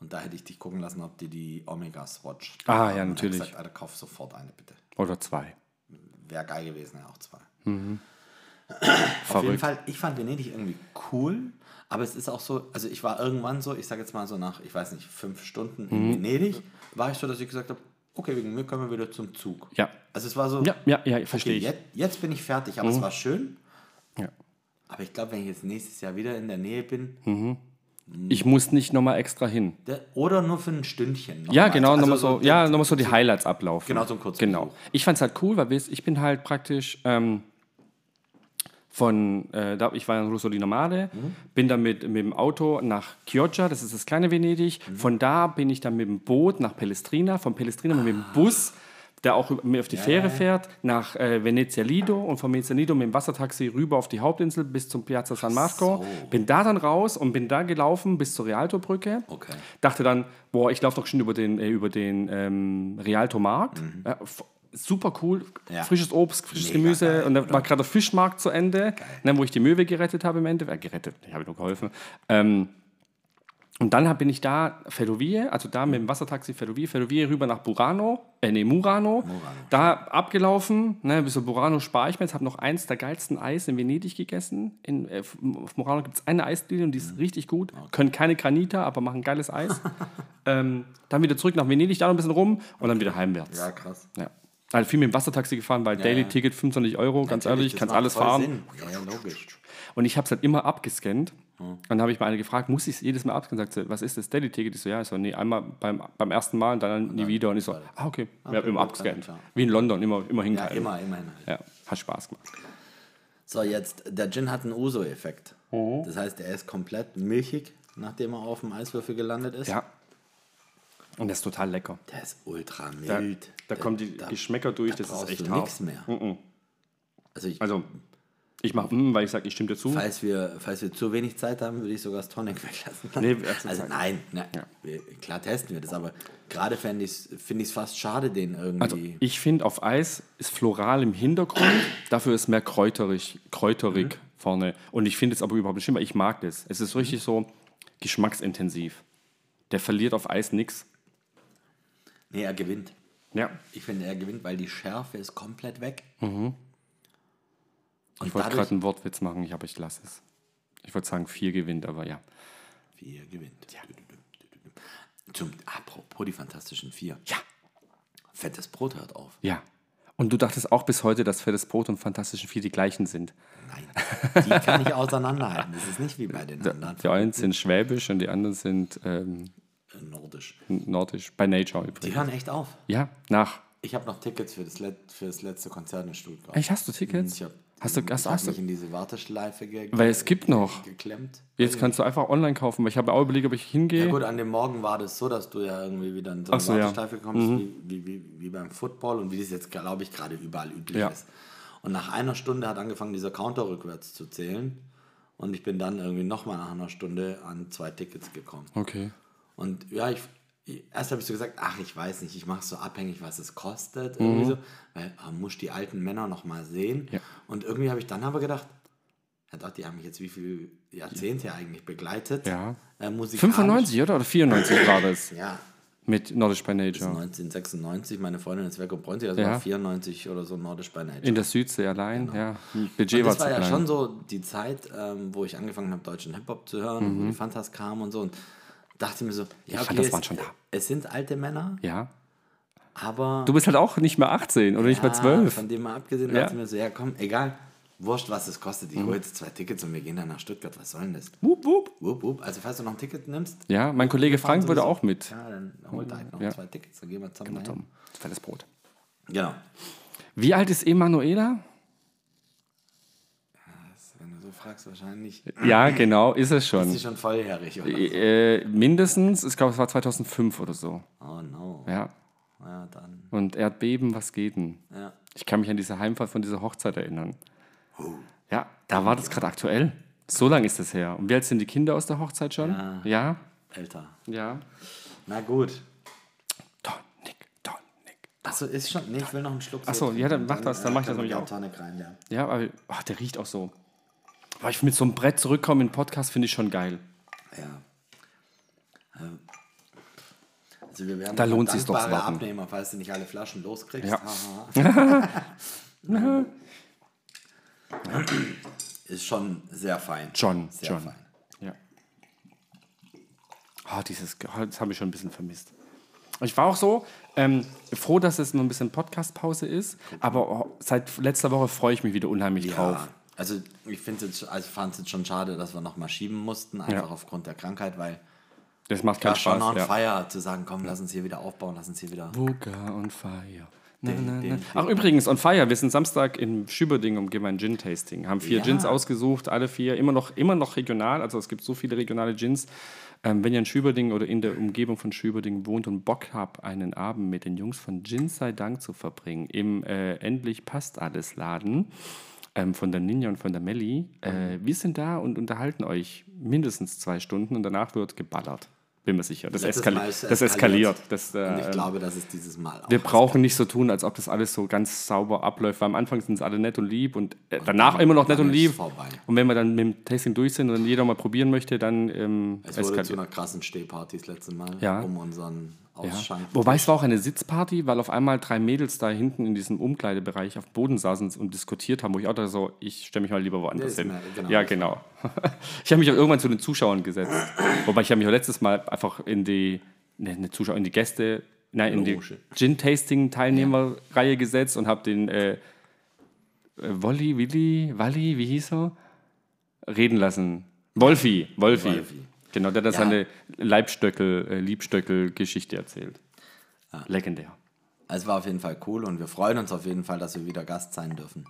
Speaker 3: Und da hätte ich dich gucken lassen, ob dir die Omega Swatch.
Speaker 2: Ah,
Speaker 3: haben.
Speaker 2: ja,
Speaker 3: Und dann
Speaker 2: natürlich.
Speaker 3: Gesagt, Alter, kauf sofort eine, bitte.
Speaker 2: Oder zwei.
Speaker 3: Wäre geil gewesen, ja, auch zwei. Auf jeden
Speaker 2: Verrückt.
Speaker 3: Fall, ich fand Venedig irgendwie cool, aber es ist auch so, also ich war irgendwann so, ich sage jetzt mal so nach, ich weiß nicht, fünf Stunden
Speaker 2: Mhm.
Speaker 3: in Venedig, war ich so, dass ich gesagt habe, okay, wegen mir können wir wieder zum Zug.
Speaker 2: Ja.
Speaker 3: Also es war so,
Speaker 2: Ja, ja, ja, verstehe
Speaker 3: okay,
Speaker 2: ich. Mhm.
Speaker 3: jetzt, jetzt bin ich fertig, aber es war schön.
Speaker 2: Ja.
Speaker 3: Aber ich glaube, wenn ich jetzt nächstes Jahr wieder in der Nähe bin,
Speaker 2: Ich muss nicht nochmal extra hin.
Speaker 3: Der- Oder nur für ein Stündchen. noch
Speaker 2: Ja,
Speaker 3: mal.
Speaker 2: genau,
Speaker 3: Also
Speaker 2: nochmal so,
Speaker 3: der-
Speaker 2: ja, noch mal so die Highlights ablaufen.
Speaker 3: Genau, so ein Kurzbesuch.
Speaker 2: Genau. Ich fand es halt cool, weil weißt, ich bin halt praktisch ähm, von, äh, da, ich war in Rosolina Mare,
Speaker 3: Mhm.
Speaker 2: bin dann mit, mit dem Auto nach Chioggia, das ist das
Speaker 3: Mhm. Ah.
Speaker 2: kleine Venedig. Von da bin ich dann mit dem Boot nach Pellestrina, von Pellestrina mit dem Bus. der auch über- mir auf die Fähre fährt, nach äh, Venezia Lido und von Venezia Lido mit dem Wassertaxi rüber auf die Hauptinsel bis zum Piazza San Marco. Bin da dann raus und bin da gelaufen bis zur Rialto-Brücke.
Speaker 3: Okay.
Speaker 2: Dachte dann, boah, ich laufe doch schon über den, äh, über den ähm, Rialto-Markt. Äh, f- super cool,
Speaker 3: Mhm. Ja.
Speaker 2: frisches Obst, frisches
Speaker 3: Mega
Speaker 2: Gemüse.
Speaker 3: geil,
Speaker 2: und da war gerade der Fischmarkt zu Ende, ne, wo ich die Möwe gerettet habe im Endeffekt. Äh, gerettet, ich habe nur geholfen. Ähm, und dann hab- bin ich da Ferrovie, also da mit dem Wassertaxi Ferrovie, Ferrovie rüber nach Burano, äh nee, Murano. Da abgelaufen, ne, bis zu Burano spare ich mir. Jetzt habe noch eins der geilsten Eis in Venedig gegessen. In, äh, auf auf Murano gibt es eine Eisdiele und die
Speaker 3: Mhm.
Speaker 2: ist richtig gut. Können keine Granita, aber machen geiles
Speaker 3: [laughs]
Speaker 2: Eis. ähm, dann wieder zurück nach Venedig, da noch ein bisschen rum und dann wieder heimwärts.
Speaker 3: Ja, krass.
Speaker 2: Ja. Also viel mit dem Wassertaxi gefahren, weil Daily-Ticket 25 Euro, ganz ehrlich,
Speaker 3: das
Speaker 2: kannst
Speaker 3: macht
Speaker 2: alles
Speaker 3: voll
Speaker 2: fahren.
Speaker 3: Sinn. Ja, ja, logisch.
Speaker 2: Und ich habe es halt immer abgescannt.
Speaker 3: Hm.
Speaker 2: Und dann habe ich mal eine gefragt, muss ich es jedes Mal abscannen? Sagt sie, was ist das Daily-Ticket? Ich so, ja, ich so, nee, einmal beim, beim ersten Mal und dann nie wieder. Und ich so, ah, okay, wir haben immer
Speaker 3: gut,
Speaker 2: abgescannt.
Speaker 3: dann, ja.
Speaker 2: Wie in London, immer, immer
Speaker 3: Ja,
Speaker 2: hingehalten.
Speaker 3: immer, immerhin halt.
Speaker 2: Ja, hat Spaß gemacht.
Speaker 3: So, jetzt, der Gin hat einen Uso-Effekt.
Speaker 2: Oh.
Speaker 3: Das heißt, er ist komplett milchig, nachdem er auf dem Eiswürfel gelandet ist.
Speaker 2: Ja. Und das ist total lecker.
Speaker 3: Der ist ultra
Speaker 2: Da,
Speaker 3: mild.
Speaker 2: da kommen die Geschmäcker durch, das ist
Speaker 3: brauchst
Speaker 2: echt
Speaker 3: du
Speaker 2: hart.
Speaker 3: nichts mehr. Also, ich,
Speaker 2: Also, ich mache, mm, weil ich sage, ich stimme dir zu.
Speaker 3: falls, wir, falls wir zu wenig Zeit haben, würde ich sogar das Tonic [laughs] weglassen.
Speaker 2: Nee, wir lassen
Speaker 3: also
Speaker 2: es
Speaker 3: nein, nein wir, klar testen wir das, aber gerade fände ich's- finde ich es fast schade, den irgendwie...
Speaker 2: Also ich finde, auf Eis ist floral im Hintergrund,
Speaker 3: [clears throat]
Speaker 2: dafür ist mehr kräuterig, kräuterig
Speaker 3: Mhm.
Speaker 2: vorne. Und ich finde es aber überhaupt nicht schlimm, weil ich mag das. Es ist richtig so geschmacksintensiv. Der verliert auf Eis nichts.
Speaker 3: nee, er gewinnt.
Speaker 2: Ja.
Speaker 3: Ich finde, er gewinnt, weil die Schärfe ist komplett weg. Und
Speaker 2: Mhm. Ich wollte
Speaker 3: dadurch-
Speaker 2: gerade einen Wortwitz machen, ich, aber ich lasse es. Ich wollte sagen, vier gewinnt, aber ja.
Speaker 3: Vier gewinnt. Du, du, du, du, du. Zum, apropos die Fantastischen Vier.
Speaker 2: Ja.
Speaker 3: Fettes Brot hört auf.
Speaker 2: Ja. Und du dachtest auch bis heute, dass Fettes Brot und Fantastischen Vier die gleichen sind.
Speaker 3: Nein, die kann ich auseinanderhalten. Das ist nicht wie bei den anderen.
Speaker 2: Die einen sind schwäbisch und die anderen sind ähm,
Speaker 3: Äh, Nordisch.
Speaker 2: nordisch. Bei Nature
Speaker 3: Die
Speaker 2: übrigens.
Speaker 3: hören echt auf.
Speaker 2: Ja, nach.
Speaker 3: Ich habe noch Tickets für das, Let für das letzte Konzert in Stuttgart.
Speaker 2: Echt, hast du Tickets?
Speaker 3: Ich habe
Speaker 2: hast du, hast,
Speaker 3: ich hab
Speaker 2: hast du,
Speaker 3: mich in diese Warteschleife ge
Speaker 2: Weil es gibt noch.
Speaker 3: geklemmt.
Speaker 2: Jetzt kannst du einfach online kaufen, weil ich habe auch überlegt, ob ich hingehe.
Speaker 3: Also Ja gut, an dem Morgen war das so, dass du ja irgendwie wieder in so eine
Speaker 2: Ach so, ja. Mhm.
Speaker 3: Warteschleife kommst, wie, wie, wie, wie beim Football und wie das jetzt, glaube ich, gerade überall üblich
Speaker 2: Ja.
Speaker 3: ist. Und nach einer Stunde hat angefangen, dieser Counter rückwärts zu zählen. Und ich bin dann irgendwie nochmal nach einer Stunde an zwei Tickets gekommen.
Speaker 2: okay.
Speaker 3: Und ja, ich, ich- erst habe ich so gesagt, ach, ich weiß nicht, ich mache so abhängig, was es kostet. Irgendwie so, weil man muss die alten Männer noch mal sehen.
Speaker 2: Mhm. Ja.
Speaker 3: Und irgendwie habe ich dann aber gedacht, ja doch, die haben mich jetzt wie viele Jahrzehnte eigentlich begleitet.
Speaker 2: Ja.
Speaker 3: Äh, musikalisch.
Speaker 2: 95, oder? Oder 94 war das
Speaker 3: [laughs] Ja,
Speaker 2: mit Nordisch by Nature.
Speaker 3: 1996, meine Freundin ist weg und bräunt sich, also
Speaker 2: Ja.
Speaker 3: war 94 oder so nordisch bei Nature.
Speaker 2: In der Südsee allein, ja.
Speaker 3: Genau. Und
Speaker 2: Budget war
Speaker 3: das
Speaker 2: zu
Speaker 3: war ja
Speaker 2: klein.
Speaker 3: schon so die Zeit, ähm, wo ich angefangen habe, deutschen Hip-Hop zu hören, wo die Fantas kamen und so. Und dachte mir so, ja, okay,
Speaker 2: Mhm. Fantas
Speaker 3: es,
Speaker 2: waren schon da.
Speaker 3: es sind alte Männer,
Speaker 2: ja.
Speaker 3: aber
Speaker 2: Du bist halt auch nicht mehr 18 oder nicht mehr
Speaker 3: Ah,
Speaker 2: 12.
Speaker 3: Von dem mal abgesehen,
Speaker 2: Ja. Mhm.
Speaker 3: dachte ich mir so, ja komm, egal, wurscht, was es kostet. Ich hole jetzt zwei Tickets und wir gehen dann nach Stuttgart. Was soll denn das?
Speaker 2: Wup, wup.
Speaker 3: Wupp, wupp. Also falls du noch ein Ticket nimmst,
Speaker 2: Ja, mein Kollege Frank wurde
Speaker 3: sowieso.
Speaker 2: auch mit. Mhm.
Speaker 3: ja, dann holt halt noch
Speaker 2: Ja. Genau,
Speaker 3: zwei Tickets, dann gehen wir zusammen dahin.
Speaker 2: Tom, fettes Brot.
Speaker 3: Genau.
Speaker 2: Wie alt ist Emanuela?
Speaker 3: Wenn du so fragst, wahrscheinlich [clears throat]
Speaker 2: Ja, genau, ist es
Speaker 3: ist
Speaker 2: schon.
Speaker 3: sie schon volljährig, oder?
Speaker 2: äh, mindestens, ich glaube, es war 2005 oder so.
Speaker 3: Oh no.
Speaker 2: Ja.
Speaker 3: Ja, dann.
Speaker 2: Und Erdbeben, was geht denn?
Speaker 3: Ja.
Speaker 2: Ich kann mich an diesen Heimfall von dieser Hochzeit erinnern.
Speaker 3: Oh.
Speaker 2: Ja, da war das gerade aktuell. So lange ist das her. Und wie alt sind die Kinder aus der Hochzeit schon? Ja.
Speaker 3: Älter.
Speaker 2: Ja.
Speaker 3: Na gut.
Speaker 2: Tonic, Tonic.
Speaker 3: Achso, ist schon. Nee, ich will noch einen Schluck.
Speaker 2: Achso, ja, dann mach das, dann mach ich das
Speaker 3: kann
Speaker 2: nämlich
Speaker 3: man
Speaker 2: auch.
Speaker 3: gerne äh, Tonic rein, ja.
Speaker 2: Ja, weil ach, der riecht auch so. Weil ich mit so einem Brett zurückkomme in den Podcast, finde ich schon geil.
Speaker 3: Ja. Ähm, Also wir werden
Speaker 2: Da lohnt sich's doch zu
Speaker 3: dankbare
Speaker 2: warten.
Speaker 3: Abnehmer, falls du nicht alle Flaschen loskriegst.
Speaker 2: Ja.
Speaker 3: Haha.
Speaker 2: [laughs]
Speaker 3: ist schon sehr fein.
Speaker 2: John,
Speaker 3: sehr
Speaker 2: John.
Speaker 3: fein.
Speaker 2: Ja. Ah, dieses, Ge- ah, das habe ich schon ein bisschen vermisst. Ich war auch so ähm, froh, dass es nur ein bisschen Podcast-Pause ist, aber oh, seit letzter Woche freue ich mich wieder unheimlich drauf.
Speaker 3: Ja. Also ich finde jetzt, also fand es jetzt schon schade, dass wir nochmal schieben mussten, einfach aufgrund der Krankheit, weil
Speaker 2: Das macht
Speaker 3: war
Speaker 2: keinen
Speaker 3: schon
Speaker 2: Spaß.
Speaker 3: on
Speaker 2: Ja.
Speaker 3: fire zu sagen, komm, lass uns hier wieder aufbauen, lass uns hier wieder.
Speaker 2: Buga on fire. Na, na, na. Ach, übrigens, on fire. Wir sind Samstag in Schüberding und gehen mal ein Gin-Tasting. Haben vier
Speaker 3: Ja.
Speaker 2: Gins ausgesucht, alle vier. Immer noch, immer noch regional. Also es gibt so viele regionale Gins. Ähm, wenn ihr in Schüberding oder in der Umgebung von Schüberding wohnt und Bock habt, einen Abend mit den Jungs von Gin sei Dank zu verbringen, im äh, Endlich passt alles Laden ähm, von der Ninja und von der Melli.
Speaker 3: Mhm.
Speaker 2: Äh, wir sind da und unterhalten euch mindestens zwei Stunden und danach wird geballert. Bin mir sicher. Das,
Speaker 3: Letztes
Speaker 2: eskali
Speaker 3: Mal ist es
Speaker 2: das eskaliert. Das, äh,
Speaker 3: Und ich
Speaker 2: ähm,
Speaker 3: glaube, dass es dieses Mal auch
Speaker 2: wir brauchen nicht so tun, als ob das alles so ganz sauber abläuft, weil am Anfang sind es alle nett und lieb und äh, danach
Speaker 3: dann-
Speaker 2: immer noch nett
Speaker 3: dann
Speaker 2: und
Speaker 3: ist es
Speaker 2: lieb.
Speaker 3: vorbei.
Speaker 2: Und wenn wir dann mit dem Tasting durch sind und dann jeder mal probieren möchte, dann ähm,
Speaker 3: Es wurde zu
Speaker 2: eskaliert.
Speaker 3: einer krassen Stehparty das letzte Mal,
Speaker 2: Ja.
Speaker 3: um unseren
Speaker 2: Ja.
Speaker 3: Ausschank.
Speaker 2: Wobei es war auch eine Sitzparty, weil auf einmal drei Mädels da hinten in diesem Umkleidebereich auf dem Boden saßen und diskutiert haben, wo ich auch dachte, so, ich stelle mich mal lieber woanders
Speaker 3: Nee, ist
Speaker 2: hin.
Speaker 3: mir- genau.
Speaker 2: Ja, genau. [laughs] ich habe mich auch irgendwann zu den Zuschauern gesetzt. Wobei ich habe mich auch letztes Mal einfach in die, ne, ne, Zuschauer, in die Gäste, nein, in die
Speaker 3: Loge.
Speaker 2: Gin-Tasting-Teilnehmer-Reihe gesetzt und habe den äh, äh, Wolli, Willi, Walli, wie hieß er? Reden lassen. Wolfi, Wolfi.
Speaker 3: Wolfi.
Speaker 2: Genau, der hat
Speaker 3: Ja.
Speaker 2: seine Leibstöckel, äh, Liebstöckel-Geschichte erzählt.
Speaker 3: Ah.
Speaker 2: Legendär.
Speaker 3: Es war auf jeden Fall cool und wir freuen uns auf jeden Fall, dass wir wieder Gast sein dürfen.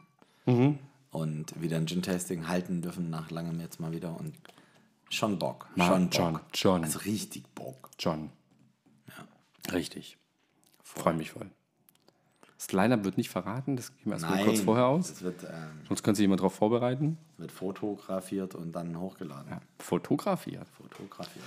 Speaker 2: Mhm.
Speaker 3: Und wieder ein Gin-Tasting halten dürfen nach langem jetzt mal wieder. Und schon Bock.
Speaker 2: Na,
Speaker 3: schon Bock.
Speaker 2: John, John.
Speaker 3: Also richtig Bock.
Speaker 2: John. Richtig. Freue mich voll. Das Line-Up wird nicht verraten, das gehen wir erstmal kurz vorher aus.
Speaker 3: Es wird, ähm,
Speaker 2: Sonst können Sie jemand darauf vorbereiten.
Speaker 3: wird fotografiert und dann hochgeladen.
Speaker 2: Fotografiert.
Speaker 3: Fotografiert.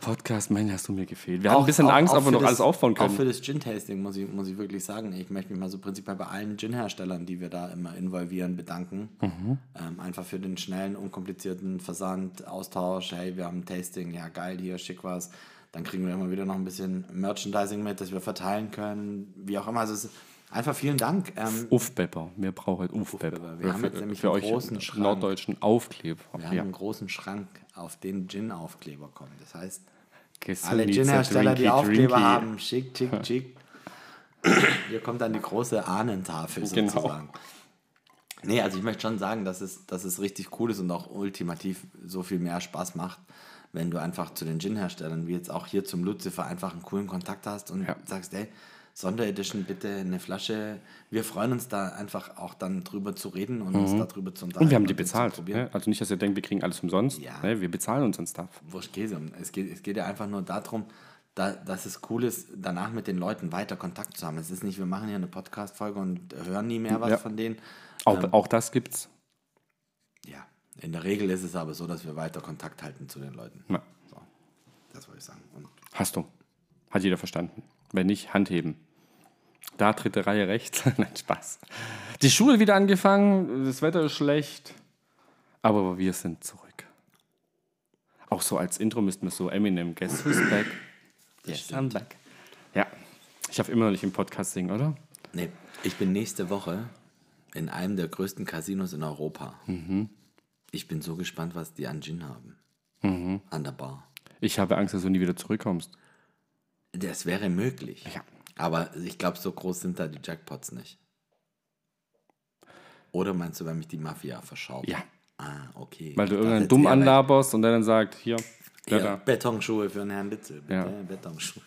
Speaker 2: Podcast, Mann, hast du mir gefehlt. Wir hatten ein bisschen Angst, ob wir
Speaker 3: für
Speaker 2: noch
Speaker 3: das-
Speaker 2: alles aufbauen
Speaker 3: Auch
Speaker 2: können.
Speaker 3: für das Gin-Tasting muss ich, muss ich wirklich sagen. Ich möchte mich mal so prinzipiell bei allen Gin-Herstellern, die wir da immer involvieren, bedanken.
Speaker 2: Mhm.
Speaker 3: Ähm, einfach für den schnellen, unkomplizierten Versand, Austausch. Hey, wir haben ein Tasting, ja geil, hier schick was. Dann kriegen wir immer wieder noch ein bisschen Merchandising mit, das wir verteilen können. Wie auch immer. Also es ist einfach vielen Dank. Ähm,
Speaker 2: Uffbepper. Wir brauchen halt Uffbepper.
Speaker 3: Wir haben jetzt nämlich
Speaker 2: für
Speaker 3: einen
Speaker 2: euch
Speaker 3: großen Schrank.
Speaker 2: norddeutschen Aufkleber.
Speaker 3: wir haben einen großen Schrank, auf den Gin-Aufkleber kommen. Das heißt,
Speaker 2: Gestern
Speaker 3: Alle
Speaker 2: Nietzsche,
Speaker 3: Gin-Hersteller, die
Speaker 2: Drinky,
Speaker 3: Aufkleber
Speaker 2: Drinky.
Speaker 3: haben, schick, schick, schick.
Speaker 2: [coughs]
Speaker 3: Hier kommt dann die große Ahnentafel
Speaker 2: Genau.
Speaker 3: sozusagen. Nee, also ich möchte schon sagen, dass es, dass es richtig cool ist und auch ultimativ so viel mehr Spaß macht, wenn du einfach zu den Gin-Herstellern, wie jetzt auch hier zum Lucifer, einfach einen coolen Kontakt hast und
Speaker 2: Ja.
Speaker 3: sagst, ey, Sonderedition, bitte eine Flasche. Wir freuen uns da einfach auch dann drüber zu reden und uns darüber zu unterhalten.
Speaker 2: Mhm. Und wir haben die
Speaker 3: den zu
Speaker 2: bezahlt.
Speaker 3: probieren.
Speaker 2: Ne? Also nicht, dass ihr denkt, wir kriegen alles umsonst.
Speaker 3: Ja.
Speaker 2: Ne? Wir bezahlen unseren Stuff.
Speaker 3: wurscht Käse. Es geht, es geht ja einfach nur darum, da, dass es cool ist, danach mit den Leuten weiter Kontakt zu haben. Es ist nicht, wir machen hier eine Podcast-Folge und hören nie mehr was
Speaker 2: Ja.
Speaker 3: von denen.
Speaker 2: Auch, auch das gibt's.
Speaker 3: Ja, in der Regel ist es aber so, dass wir weiter Kontakt halten zu den Leuten.
Speaker 2: Ja.
Speaker 3: So, das wollte ich sagen. Und
Speaker 2: Hast du. Hat jeder verstanden. Wenn nicht, Hand heben. Da dritte Reihe rechts. [laughs] Nein, Spaß. Die Schule wieder angefangen, das Wetter ist schlecht. Aber wir sind zurück. Auch so als Intro müssten wir so Eminem, Guess Who's Back? Yes, I'm back. Ja, ich darf immer noch nicht im Podcast singen, oder?
Speaker 3: nee, ich bin nächste Woche in einem der größten Casinos in Europa. Ich bin so gespannt, was die an Gin haben. An der Bar.
Speaker 2: Ich habe Angst, dass du nie wieder zurückkommst.
Speaker 3: Das wäre möglich.
Speaker 2: Ja.
Speaker 3: Aber ich glaube, so groß sind da die Jackpots nicht. Oder meinst du, wenn mich die Mafia verschaut?
Speaker 2: Ja.
Speaker 3: Ah, okay.
Speaker 2: Weil du
Speaker 3: Das
Speaker 2: irgendeinen
Speaker 3: jetzt
Speaker 2: dumm
Speaker 3: eher weit-
Speaker 2: anlaberst und der dann sagt, hier,
Speaker 3: eher
Speaker 2: Blätter.
Speaker 3: Betonschuhe für den Herrn Litzel, bitte.
Speaker 2: Ja.
Speaker 3: Betonschuhe.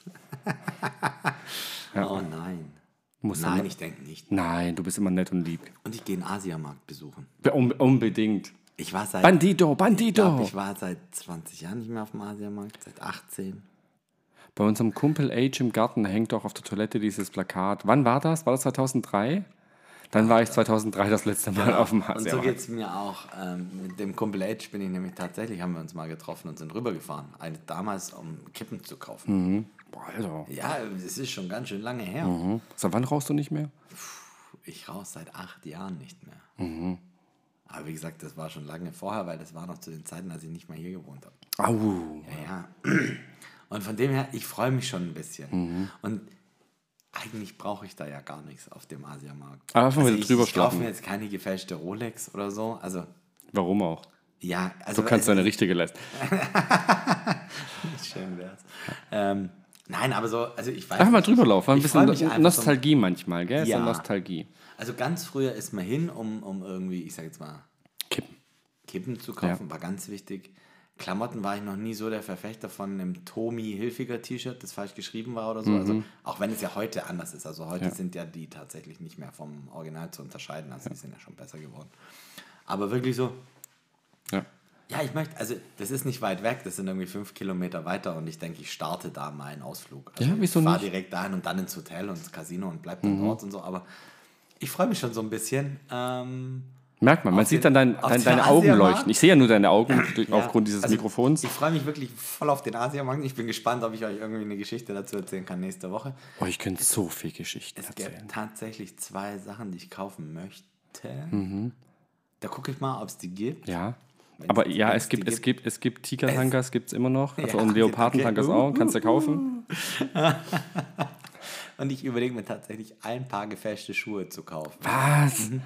Speaker 3: Oh nein.
Speaker 2: Muss
Speaker 3: nein,
Speaker 2: immer-
Speaker 3: ich denke nicht.
Speaker 2: Nein, du bist immer nett und lieb.
Speaker 3: Und ich gehe den Asiamarkt besuchen.
Speaker 2: Un unbedingt.
Speaker 3: Ich war seit,
Speaker 2: Bandido,
Speaker 3: ich, glaub,
Speaker 2: Bandido.
Speaker 3: ich war seit 20 Jahren nicht mehr auf dem Asiamarkt, seit 18.
Speaker 2: Bei unserem Kumpel Age im Garten hängt auch auf der Toilette dieses Plakat. Wann war das? War das 2003? Dann war ich 2003 das letzte Mal auf dem
Speaker 3: Und so
Speaker 2: Asiamarkt.
Speaker 3: geht es mir auch. Ähm, mit dem Kumpel Edge bin ich nämlich tatsächlich, haben wir uns mal getroffen und sind rübergefahren. Ein- damals, um Kippen zu
Speaker 2: Mhm.
Speaker 3: kaufen.
Speaker 2: Boah, Alter.
Speaker 3: Ja, es ist schon ganz schön lange her.
Speaker 2: Seit wann rauchst du nicht mehr?
Speaker 3: Ich raus seit acht Jahren nicht mehr.
Speaker 2: Mhm.
Speaker 3: Aber wie gesagt, das war schon lange vorher, weil das war noch zu den Zeiten, als ich nicht mal hier gewohnt habe.
Speaker 2: Au.
Speaker 3: Ja. [clears throat] Und von dem her, ich freue mich schon ein bisschen.
Speaker 2: Mhm.
Speaker 3: Und eigentlich brauche ich da ja gar nichts auf dem Asiamarkt. Also
Speaker 2: Aber einfach mal
Speaker 3: ich,
Speaker 2: drüber
Speaker 3: ich kaufe
Speaker 2: schlafen.
Speaker 3: mir jetzt keine gefälschte Rolex oder so. Also,
Speaker 2: Warum auch?
Speaker 3: ja. Also
Speaker 2: Du kannst
Speaker 3: es-
Speaker 2: deine richtige leisten.
Speaker 3: Schön wär's. Ähm, nein, aber so, also ich weiß.
Speaker 2: Einfach mal
Speaker 3: nicht.
Speaker 2: drüber laufen. Ein
Speaker 3: Ich freu
Speaker 2: bisschen
Speaker 3: mich einfach
Speaker 2: Nostalgie manchmal, gell? Ist
Speaker 3: Ja.
Speaker 2: ja. Nostalgie.
Speaker 3: So, also ganz früher ist man hin, um, um irgendwie, ich sag jetzt mal,
Speaker 2: Kippen.
Speaker 3: Kippen zu kaufen, war ganz wichtig. Klamotten war ich noch nie so der Verfechter von einem Tomi Hilfiger T-Shirt, das falsch geschrieben war oder so. Also auch wenn es ja heute anders ist. Also heute
Speaker 2: Mhm. Ja.
Speaker 3: sind ja die tatsächlich nicht mehr vom Original zu unterscheiden. Also die sind ja schon besser geworden. Aber wirklich so,
Speaker 2: Ja.
Speaker 3: ja, ich möchte, also das ist nicht weit weg, das sind irgendwie fünf Kilometer weiter und ich denke, ich starte da meinen Ausflug. Also
Speaker 2: Ja, wieso
Speaker 3: ich fahr
Speaker 2: nicht? Mhm.
Speaker 3: direkt dahin und dann ins Hotel und ins Casino und bleib dann dort und so, aber ich freue mich schon so ein bisschen. Ähm,
Speaker 2: Merkt man, man
Speaker 3: Auf
Speaker 2: sieht
Speaker 3: den-
Speaker 2: dann dein,
Speaker 3: auf
Speaker 2: dein,
Speaker 3: den
Speaker 2: deine
Speaker 3: Asiamarkt?
Speaker 2: Augen leuchten. Ich sehe ja nur deine Augen durch-
Speaker 3: ja,
Speaker 2: aufgrund dieses
Speaker 3: also
Speaker 2: Mikrofons.
Speaker 3: Ich freue mich wirklich voll auf den Asiamarkt. Ich bin gespannt, ob ich euch irgendwie eine Geschichte dazu erzählen kann nächste Woche.
Speaker 2: oh, ich könnte so viel Geschichten
Speaker 3: Es gibt
Speaker 2: erzählen.
Speaker 3: tatsächlich zwei Sachen, die ich kaufen möchte. Da gucke ich mal, ob es die gibt.
Speaker 2: Mhm. Ja.
Speaker 3: Wenn's-
Speaker 2: Aber ja,
Speaker 3: wenn's
Speaker 2: es gibt,
Speaker 3: die
Speaker 2: es gibt, es gibt Tiger-Tankas, gibt es immer noch. Also
Speaker 3: Ja,
Speaker 2: und Leoparden-Tankas
Speaker 3: okay.
Speaker 2: auch, kannst du kaufen.
Speaker 3: Und ich überlege mir tatsächlich ein paar gefälschte Schuhe zu kaufen.
Speaker 2: Was?
Speaker 3: Mhm.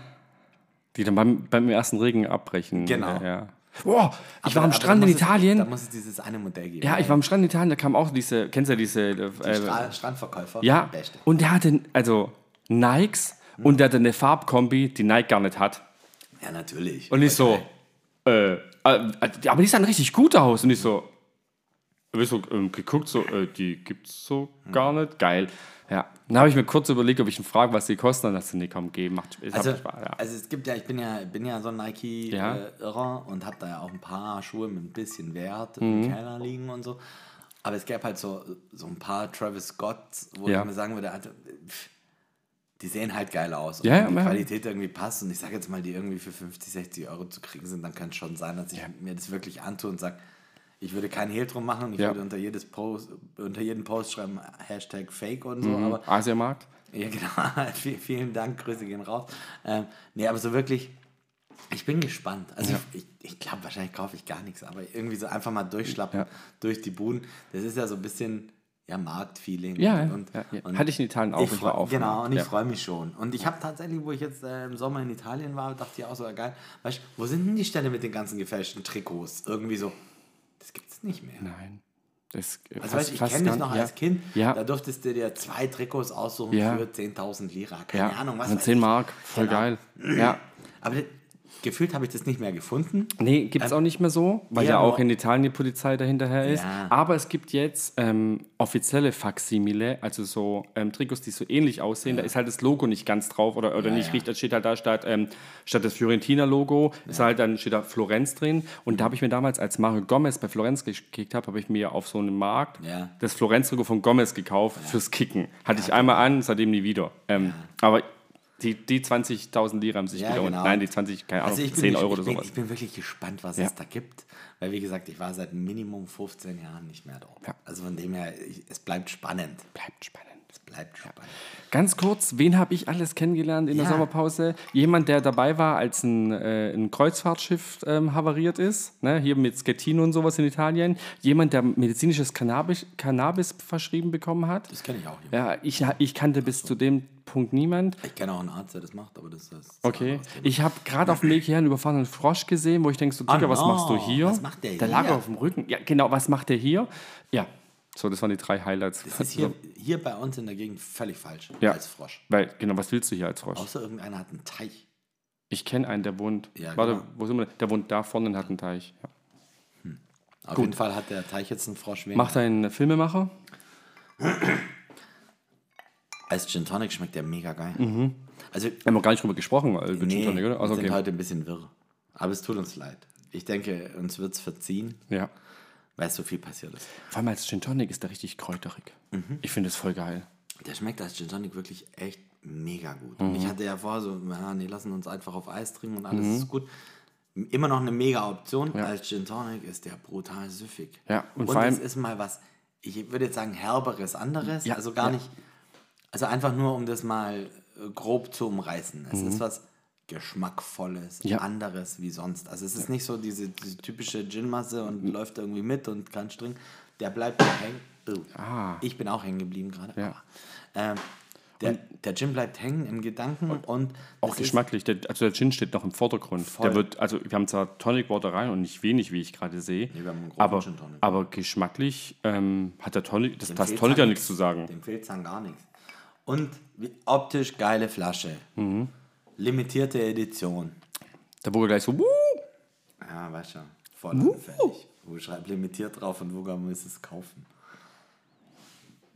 Speaker 2: Die dann beim, beim ersten Regen abbrechen.
Speaker 3: Genau.
Speaker 2: Ja. Boah, ich war am
Speaker 3: Aber- aber da
Speaker 2: Strand in
Speaker 3: muss es-
Speaker 2: Italien.
Speaker 3: Da muss es dieses eine Modell geben.
Speaker 2: ja, ich war am Strand in Italien, da kam auch diese, kennst du ja diese äh, äh,
Speaker 3: Stra Strandverkäufer.
Speaker 2: Ja,
Speaker 3: Beste. Mhm.
Speaker 2: und der hatte, also Nikes und der hatte eine Farbkombi, die Nike gar nicht hat.
Speaker 3: Ja, natürlich. Also,
Speaker 2: Und ich so, äh, äh, aber die sahen richtig gut aus. Und ich so, hab ich so ähm, geguckt, so, äh, die gibt's so gar
Speaker 3: Mhm.
Speaker 2: nicht. Geil. Ja, dann habe ich mir kurz überlegt, ob ich ihn frage, was die kosten. Dann hast du, nee, komm, geh, macht ich
Speaker 3: Also,
Speaker 2: hab Spaß. Ja.
Speaker 3: also es gibt ja, ich bin ja, bin ja so ein
Speaker 2: Ja. Mhm.
Speaker 3: Nike-Irrer und habe da ja auch ein paar Schuhe mit ein bisschen Wert im Keller liegen und so. Aber es gäbe halt so, so ein paar Travis Scotts, wo
Speaker 2: Ja.
Speaker 3: ich mir sagen würde, Alter, pff, die sehen halt geil aus. Und
Speaker 2: Ja,
Speaker 3: wenn die
Speaker 2: ja.
Speaker 3: Qualität irgendwie passt und ich sage jetzt mal, die irgendwie für 50, 60 Euro zu kriegen sind, dann kann es schon sein, dass ich mir das wirklich antue und sage, ich würde keinen Hehl drum machen, und ich
Speaker 2: Ja.
Speaker 3: würde unter, jedes Post, unter jeden Post schreiben, Hashtag Fake und so,
Speaker 2: Mhm.
Speaker 3: aber
Speaker 2: Asiamarkt?
Speaker 3: ja, genau. [laughs] Vielen, vielen Dank, Grüße gehen raus. Ähm, nee, aber so wirklich, ich bin gespannt. Also ich, ich, ich glaube, wahrscheinlich kaufe ich gar nichts, aber irgendwie so einfach mal durchschlappen
Speaker 2: Ja.
Speaker 3: durch die Buden. Das ist ja so ein bisschen ja, Marktfeeling.
Speaker 2: Ja,
Speaker 3: und,
Speaker 2: ja.
Speaker 3: und,
Speaker 2: Ja, ja.
Speaker 3: und
Speaker 2: Hatte ich in Italien auch,
Speaker 3: Ich
Speaker 2: ich war
Speaker 3: freu,
Speaker 2: auf dem
Speaker 3: genau,
Speaker 2: Markt,
Speaker 3: und ich
Speaker 2: ja.
Speaker 3: freue mich schon. Und ich habe tatsächlich, wo ich jetzt äh, im Sommer in Italien war, dachte ich auch so, ja, geil, weißt du, wo sind denn die Stände mit den ganzen gefälschten Trikots? Irgendwie so, das gibt es nicht mehr.
Speaker 2: Nein. Das äh,
Speaker 3: Also weißt, du, ich
Speaker 2: fast
Speaker 3: kenne das
Speaker 2: gar-
Speaker 3: noch
Speaker 2: ja.
Speaker 3: als Kind.
Speaker 2: Ja.
Speaker 3: Da durftest du dir zwei Trikots aussuchen
Speaker 2: Ja.
Speaker 3: für 10.000 Lira. Keine
Speaker 2: ja.
Speaker 3: Ahnung, was
Speaker 2: Und
Speaker 3: weiß
Speaker 2: 10
Speaker 3: ich.
Speaker 2: Mark, voll
Speaker 3: Genau.
Speaker 2: geil. Ja.
Speaker 3: Aber das, gefühlt habe ich das nicht mehr gefunden.
Speaker 2: Nee, gibt es auch nicht mehr so, weil
Speaker 3: Also ja,
Speaker 2: ja, auch
Speaker 3: aber-
Speaker 2: in Italien die Polizei dahinterher ist.
Speaker 3: Ja.
Speaker 2: Aber es gibt jetzt ähm, offizielle Faksimile, also so ähm, Trikots, die so ähnlich aussehen. Da ist halt das Logo nicht ganz drauf oder, oder
Speaker 3: Ja,
Speaker 2: nicht
Speaker 3: ja.
Speaker 2: richtig. Da steht halt da statt, ähm, statt das Fiorentina-Logo ist halt dann steht da Florenz drin. Und
Speaker 3: Mhm.
Speaker 2: da habe ich mir damals, als Mario Gomez bei Florenz gekickt habe, habe ich mir auf so einem Markt
Speaker 3: Ja.
Speaker 2: das Florenz-Logo von Gomez gekauft fürs Kicken. Hatte ich einmal an, seitdem nie wieder. Ähm, Aber die, die 20.000 Lira haben sich
Speaker 3: Ja,
Speaker 2: wieder.
Speaker 3: genau.
Speaker 2: Nein, die 20, keine Ahnung,
Speaker 3: Also ich bin,
Speaker 2: 10
Speaker 3: ges-
Speaker 2: Euro
Speaker 3: ich,
Speaker 2: oder
Speaker 3: bin,
Speaker 2: sowas.
Speaker 3: ich bin wirklich gespannt, was
Speaker 2: Ja.
Speaker 3: es da gibt. Weil wie gesagt, ich war seit Minimum 15 Jahren nicht mehr dort.
Speaker 2: Ja.
Speaker 3: Also von dem her, ich, es bleibt spannend.
Speaker 2: Bleibt spannend.
Speaker 3: Es bleibt spannend.
Speaker 2: Ganz kurz, wen habe ich alles kennengelernt in der
Speaker 3: Ja.
Speaker 2: Sommerpause? Jemand, der dabei war, als ein, äh, ein Kreuzfahrtschiff ähm, havariert ist, ne? hier mit Schettino und sowas in Italien. Jemand, der medizinisches Cannabis, Cannabis verschrieben bekommen hat.
Speaker 3: Das kenne ich auch. Ja.
Speaker 2: Ja, ich, ich kannte bis zu dem Punkt niemand.
Speaker 3: Ich kenne auch einen Arzt, der das macht, aber das ist das
Speaker 2: Okay,
Speaker 3: das andere
Speaker 2: ich habe gerade auf dem Weg hierher einen überfahrenen Frosch gesehen, wo ich denke, so, Digga, was
Speaker 3: Ah, no,
Speaker 2: machst du hier?
Speaker 3: was macht der
Speaker 2: Da lag
Speaker 3: hier?
Speaker 2: er auf dem Rücken. Ja, genau, was macht der hier? Ja, so, das waren die drei Highlights.
Speaker 3: Das ist hier, hier bei uns in der Gegend völlig falsch
Speaker 2: ja.
Speaker 3: als Frosch.
Speaker 2: [laughs] Weil, genau, was willst du hier als Frosch?
Speaker 3: Außer irgendeiner hat einen Teich.
Speaker 2: Ich kenne einen, der wohnt.
Speaker 3: Ja,
Speaker 2: warte,
Speaker 3: genau.
Speaker 2: wo sind wir? denn? Der wohnt da vorne und hat einen Teich. Ja.
Speaker 3: Auf jeden Fall hat der Teich jetzt einen Frosch weniger.
Speaker 2: Macht ein Filmemacher?
Speaker 3: Als Also Gin Tonic schmeckt der mega geil. Also,
Speaker 2: Wir haben wir gar nicht drüber gesprochen. äh, über Gin
Speaker 3: nee,
Speaker 2: Mhm. Tonic, oder? Also,
Speaker 3: wir sind halt-
Speaker 2: okay.
Speaker 3: heute ein bisschen wirr. Aber es tut uns leid. Ich denke, uns wird es verziehen,
Speaker 2: Ja.
Speaker 3: weil so viel passiert ist.
Speaker 2: Vor allem als Gin Tonic ist der richtig kräuterig.
Speaker 3: Mhm.
Speaker 2: Ich finde das voll geil.
Speaker 3: Der schmeckt als Gin Tonic wirklich echt mega gut.
Speaker 2: Mhm.
Speaker 3: Und ich hatte ja vorher so, ja, nee, lassen uns einfach auf Eis trinken und alles ist gut. Immer noch eine mega Option. Als Gin Tonic ist der brutal süffig.
Speaker 2: Ja, und
Speaker 3: und und
Speaker 2: vor
Speaker 3: es
Speaker 2: allem-
Speaker 3: ist mal was, ich würde jetzt sagen, herberes, anderes.
Speaker 2: Ja,
Speaker 3: also gar
Speaker 2: ja.
Speaker 3: nicht, also einfach nur, um das mal äh, grob zu umreißen. Es ist was geschmackvolles,
Speaker 2: Mhm. Ja.
Speaker 3: anderes wie sonst. Also es ist nicht so diese, diese typische Gin-Masse und
Speaker 2: Mhm.
Speaker 3: läuft irgendwie mit und kann stringen. Der bleibt ja hängen. Oh.
Speaker 2: Ah.
Speaker 3: Ich bin auch hängen geblieben gerade.
Speaker 2: Ja.
Speaker 3: Ähm, der, der Gin bleibt hängen im Gedanken und,
Speaker 2: Auch
Speaker 3: das
Speaker 2: geschmacklich. Der, also, der Gin steht noch im Vordergrund.
Speaker 3: Voll.
Speaker 2: Der wird, also, wir haben zwar Tonic Water rein und nicht wenig, wie ich gerade sehe.
Speaker 3: wir haben einen großen
Speaker 2: aber,
Speaker 3: Gin Tonic.
Speaker 2: aber geschmacklich ähm, hat der Tonic, das,
Speaker 3: Dem
Speaker 2: das
Speaker 3: fehlt's
Speaker 2: Tonic ja
Speaker 3: an-
Speaker 2: nichts zu sagen.
Speaker 3: Dem fehlt es dann gar nichts. Und wie- optisch geile Flasche.
Speaker 2: Mhm.
Speaker 3: Limitierte Edition.
Speaker 2: Da wurde gleich so, wuh!
Speaker 3: Ja, weißt du. Voll anfällig. Wo schreibt limitiert drauf und wo kann man es kaufen?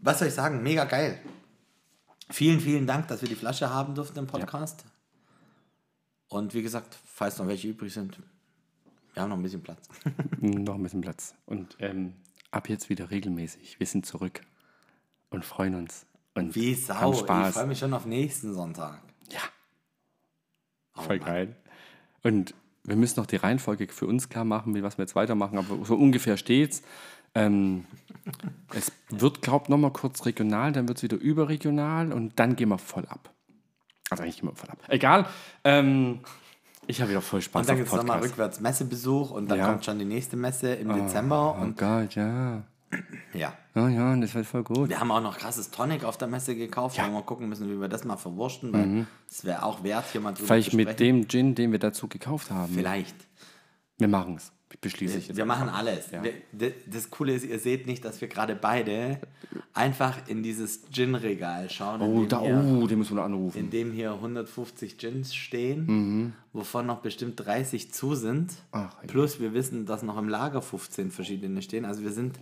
Speaker 3: Was soll ich sagen? Mega geil. Vielen, vielen Dank, dass wir die Flasche haben durften im Podcast. Und wie gesagt, falls noch welche übrig sind, wir haben noch ein bisschen Platz.
Speaker 2: Noch ein bisschen Platz. Und ähm, ab jetzt wieder regelmäßig. Wir sind zurück und freuen uns. Und
Speaker 3: Wie Sau.
Speaker 2: haben
Speaker 3: Ich
Speaker 2: Spaß.
Speaker 3: freue mich schon auf nächsten Sonntag.
Speaker 2: ja. Voll geil. Und wir müssen noch die Reihenfolge für uns klar machen, wie was wir jetzt weitermachen, aber so ungefähr steht's. Ähm, es wird, glaubt noch mal kurz regional, dann wird es wieder überregional und dann gehen wir voll ab. Also eigentlich gehen wir voll ab. Egal. Ähm, ich habe wieder voll Spaß
Speaker 3: Und dann
Speaker 2: auf
Speaker 3: gibt es nochmal
Speaker 2: Podcast.
Speaker 3: rückwärts Messebesuch und dann
Speaker 2: Ja.
Speaker 3: kommt schon die nächste Messe im Dezember.
Speaker 2: Oh
Speaker 3: Und
Speaker 2: Gott, ja.
Speaker 3: ja,
Speaker 2: Ja, ja, das wird voll gut.
Speaker 3: wir haben auch noch krasses Tonic auf der Messe gekauft. Ja. Wir mal gucken müssen, wie wir das mal verwursten, weil es wäre auch wert, hier mal drüber
Speaker 2: Mhm. Vielleicht
Speaker 3: zu sprechen.
Speaker 2: mit dem Gin, den wir dazu gekauft haben.
Speaker 3: Vielleicht.
Speaker 2: Wir machen es. Ich beschließe ich jetzt.
Speaker 3: Wir machen alles. Wir, d- das Coole ist, ihr seht nicht, dass wir gerade beide einfach in dieses Gin-Regal schauen. in
Speaker 2: Oh,
Speaker 3: dem
Speaker 2: da,
Speaker 3: hier-
Speaker 2: oh, den müssen wir noch anrufen.
Speaker 3: in dem hier 150 Gins stehen, wovon noch bestimmt 30 zu sind.
Speaker 2: Mhm. Ach, ey.
Speaker 3: Plus wir wissen, dass noch im Lager 15 verschiedene stehen. Also wir sind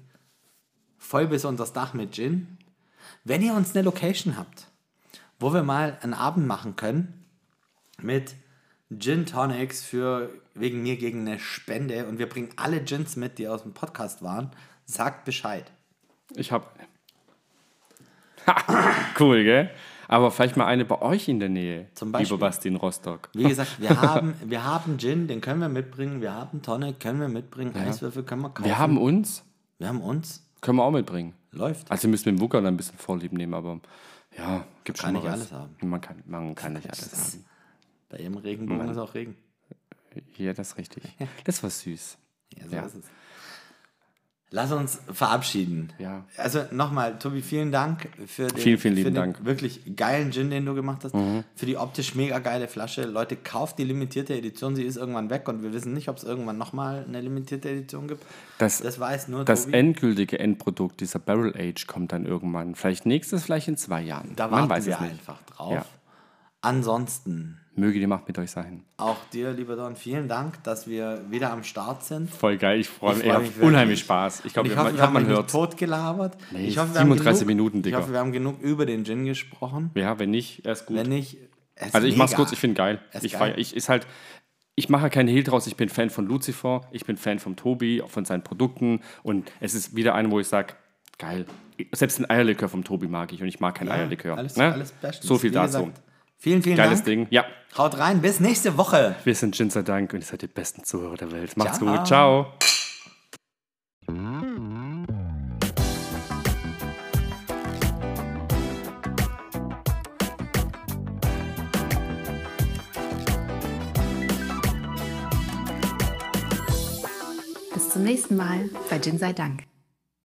Speaker 3: voll bis unters Dach mit Gin. Wenn ihr uns eine Location habt, wo wir mal einen Abend machen können mit Gin Tonics für wegen mir gegen eine Spende und wir bringen alle Gins mit, die aus dem Podcast waren, sagt Bescheid.
Speaker 2: Ich habe eine. Ha, cool, gell? Aber vielleicht mal eine bei euch in der Nähe.
Speaker 3: Zum Beispiel.
Speaker 2: Lieber Basti in Rostock.
Speaker 3: Wie gesagt, wir haben, wir haben Gin, den können wir mitbringen. Wir haben Tonic, können wir mitbringen. Eiswürfel können wir kaufen.
Speaker 2: Wir haben uns,
Speaker 3: wir haben uns.
Speaker 2: können wir auch mitbringen.
Speaker 3: Läuft.
Speaker 2: Also wir müssen mit dem Wucker dann ein bisschen Vorlieb nehmen, aber ja, gibt schon
Speaker 3: kann
Speaker 2: mal
Speaker 3: nicht
Speaker 2: was.
Speaker 3: alles haben.
Speaker 2: Man kann, man kann nicht alles haben.
Speaker 3: Bei jedem Regenbogen
Speaker 2: Mhm.
Speaker 3: ist auch Regen.
Speaker 2: Ja, das ist richtig. Das war süß.
Speaker 3: Ja, so
Speaker 2: Ja.
Speaker 3: ist es. Lass uns verabschieden.
Speaker 2: Ja.
Speaker 3: Also nochmal, Tobi, vielen Dank für den,
Speaker 2: Vielen, vielen
Speaker 3: für
Speaker 2: lieben
Speaker 3: den
Speaker 2: Dank. Mhm.
Speaker 3: wirklich geilen Gin, den du gemacht hast. Für die optisch mega geile Flasche. Leute, kauft die limitierte Edition. Sie ist irgendwann weg und wir wissen nicht, ob es irgendwann nochmal eine limitierte Edition gibt.
Speaker 2: Das,
Speaker 3: Das weiß nur
Speaker 2: das
Speaker 3: Tobi.
Speaker 2: endgültige Endprodukt dieser Barrel Age kommt dann irgendwann. Vielleicht nächstes, vielleicht in zwei Jahren.
Speaker 3: Da
Speaker 2: Man
Speaker 3: warten
Speaker 2: weiß
Speaker 3: wir
Speaker 2: es nicht.
Speaker 3: einfach drauf.
Speaker 2: Ja.
Speaker 3: Ansonsten,
Speaker 2: Möge die Macht mit euch sein.
Speaker 3: auch dir, lieber Don, vielen Dank, dass wir wieder am Start sind.
Speaker 2: Voll geil, ich freue mich.
Speaker 3: Ich
Speaker 2: Ich
Speaker 3: freu
Speaker 2: hab
Speaker 3: mich wirklich.
Speaker 2: unheimlich Spaß. Ich glaube,
Speaker 3: Und ich
Speaker 2: ich hoffe,
Speaker 3: hoffe, wir haben
Speaker 2: man
Speaker 3: euch nicht
Speaker 2: hört.
Speaker 3: tot gelabert.
Speaker 2: Nee,
Speaker 3: ich hoffe, wir haben
Speaker 2: 37
Speaker 3: genug,
Speaker 2: Minuten,
Speaker 3: Ich
Speaker 2: Digga.
Speaker 3: hoffe, wir haben genug über den Gin gesprochen.
Speaker 2: Ja, wenn nicht, erst gut.
Speaker 3: Wenn nicht, es ist
Speaker 2: also ich mach's
Speaker 3: mega.
Speaker 2: kurz, ich finde geil.
Speaker 3: Ist
Speaker 2: Ich,
Speaker 3: geil.
Speaker 2: feier- ich ist halt, ich mache keinen Hehl draus. Ich bin Fan von Lucifer, ich bin Fan von Tobi, auch von seinen Produkten und es ist wieder eine, wo ich sage, geil. Selbst den Eierlikör vom Tobi mag ich und ich mag kein Eierlikör.
Speaker 3: Alles,
Speaker 2: ne?
Speaker 3: alles bestens.
Speaker 2: so viel
Speaker 3: Wie
Speaker 2: dazu.
Speaker 3: gesagt, vielen, vielen
Speaker 2: Geiles
Speaker 3: Dank.
Speaker 2: Ding. Ja,
Speaker 3: Haut rein, bis nächste Woche.
Speaker 2: wir sind Jinzer Dank und ihr seid die besten Zuhörer der Welt. Macht's
Speaker 3: Ciao.
Speaker 2: gut, ciao.
Speaker 1: Bis zum nächsten Mal bei Gin sei Dank.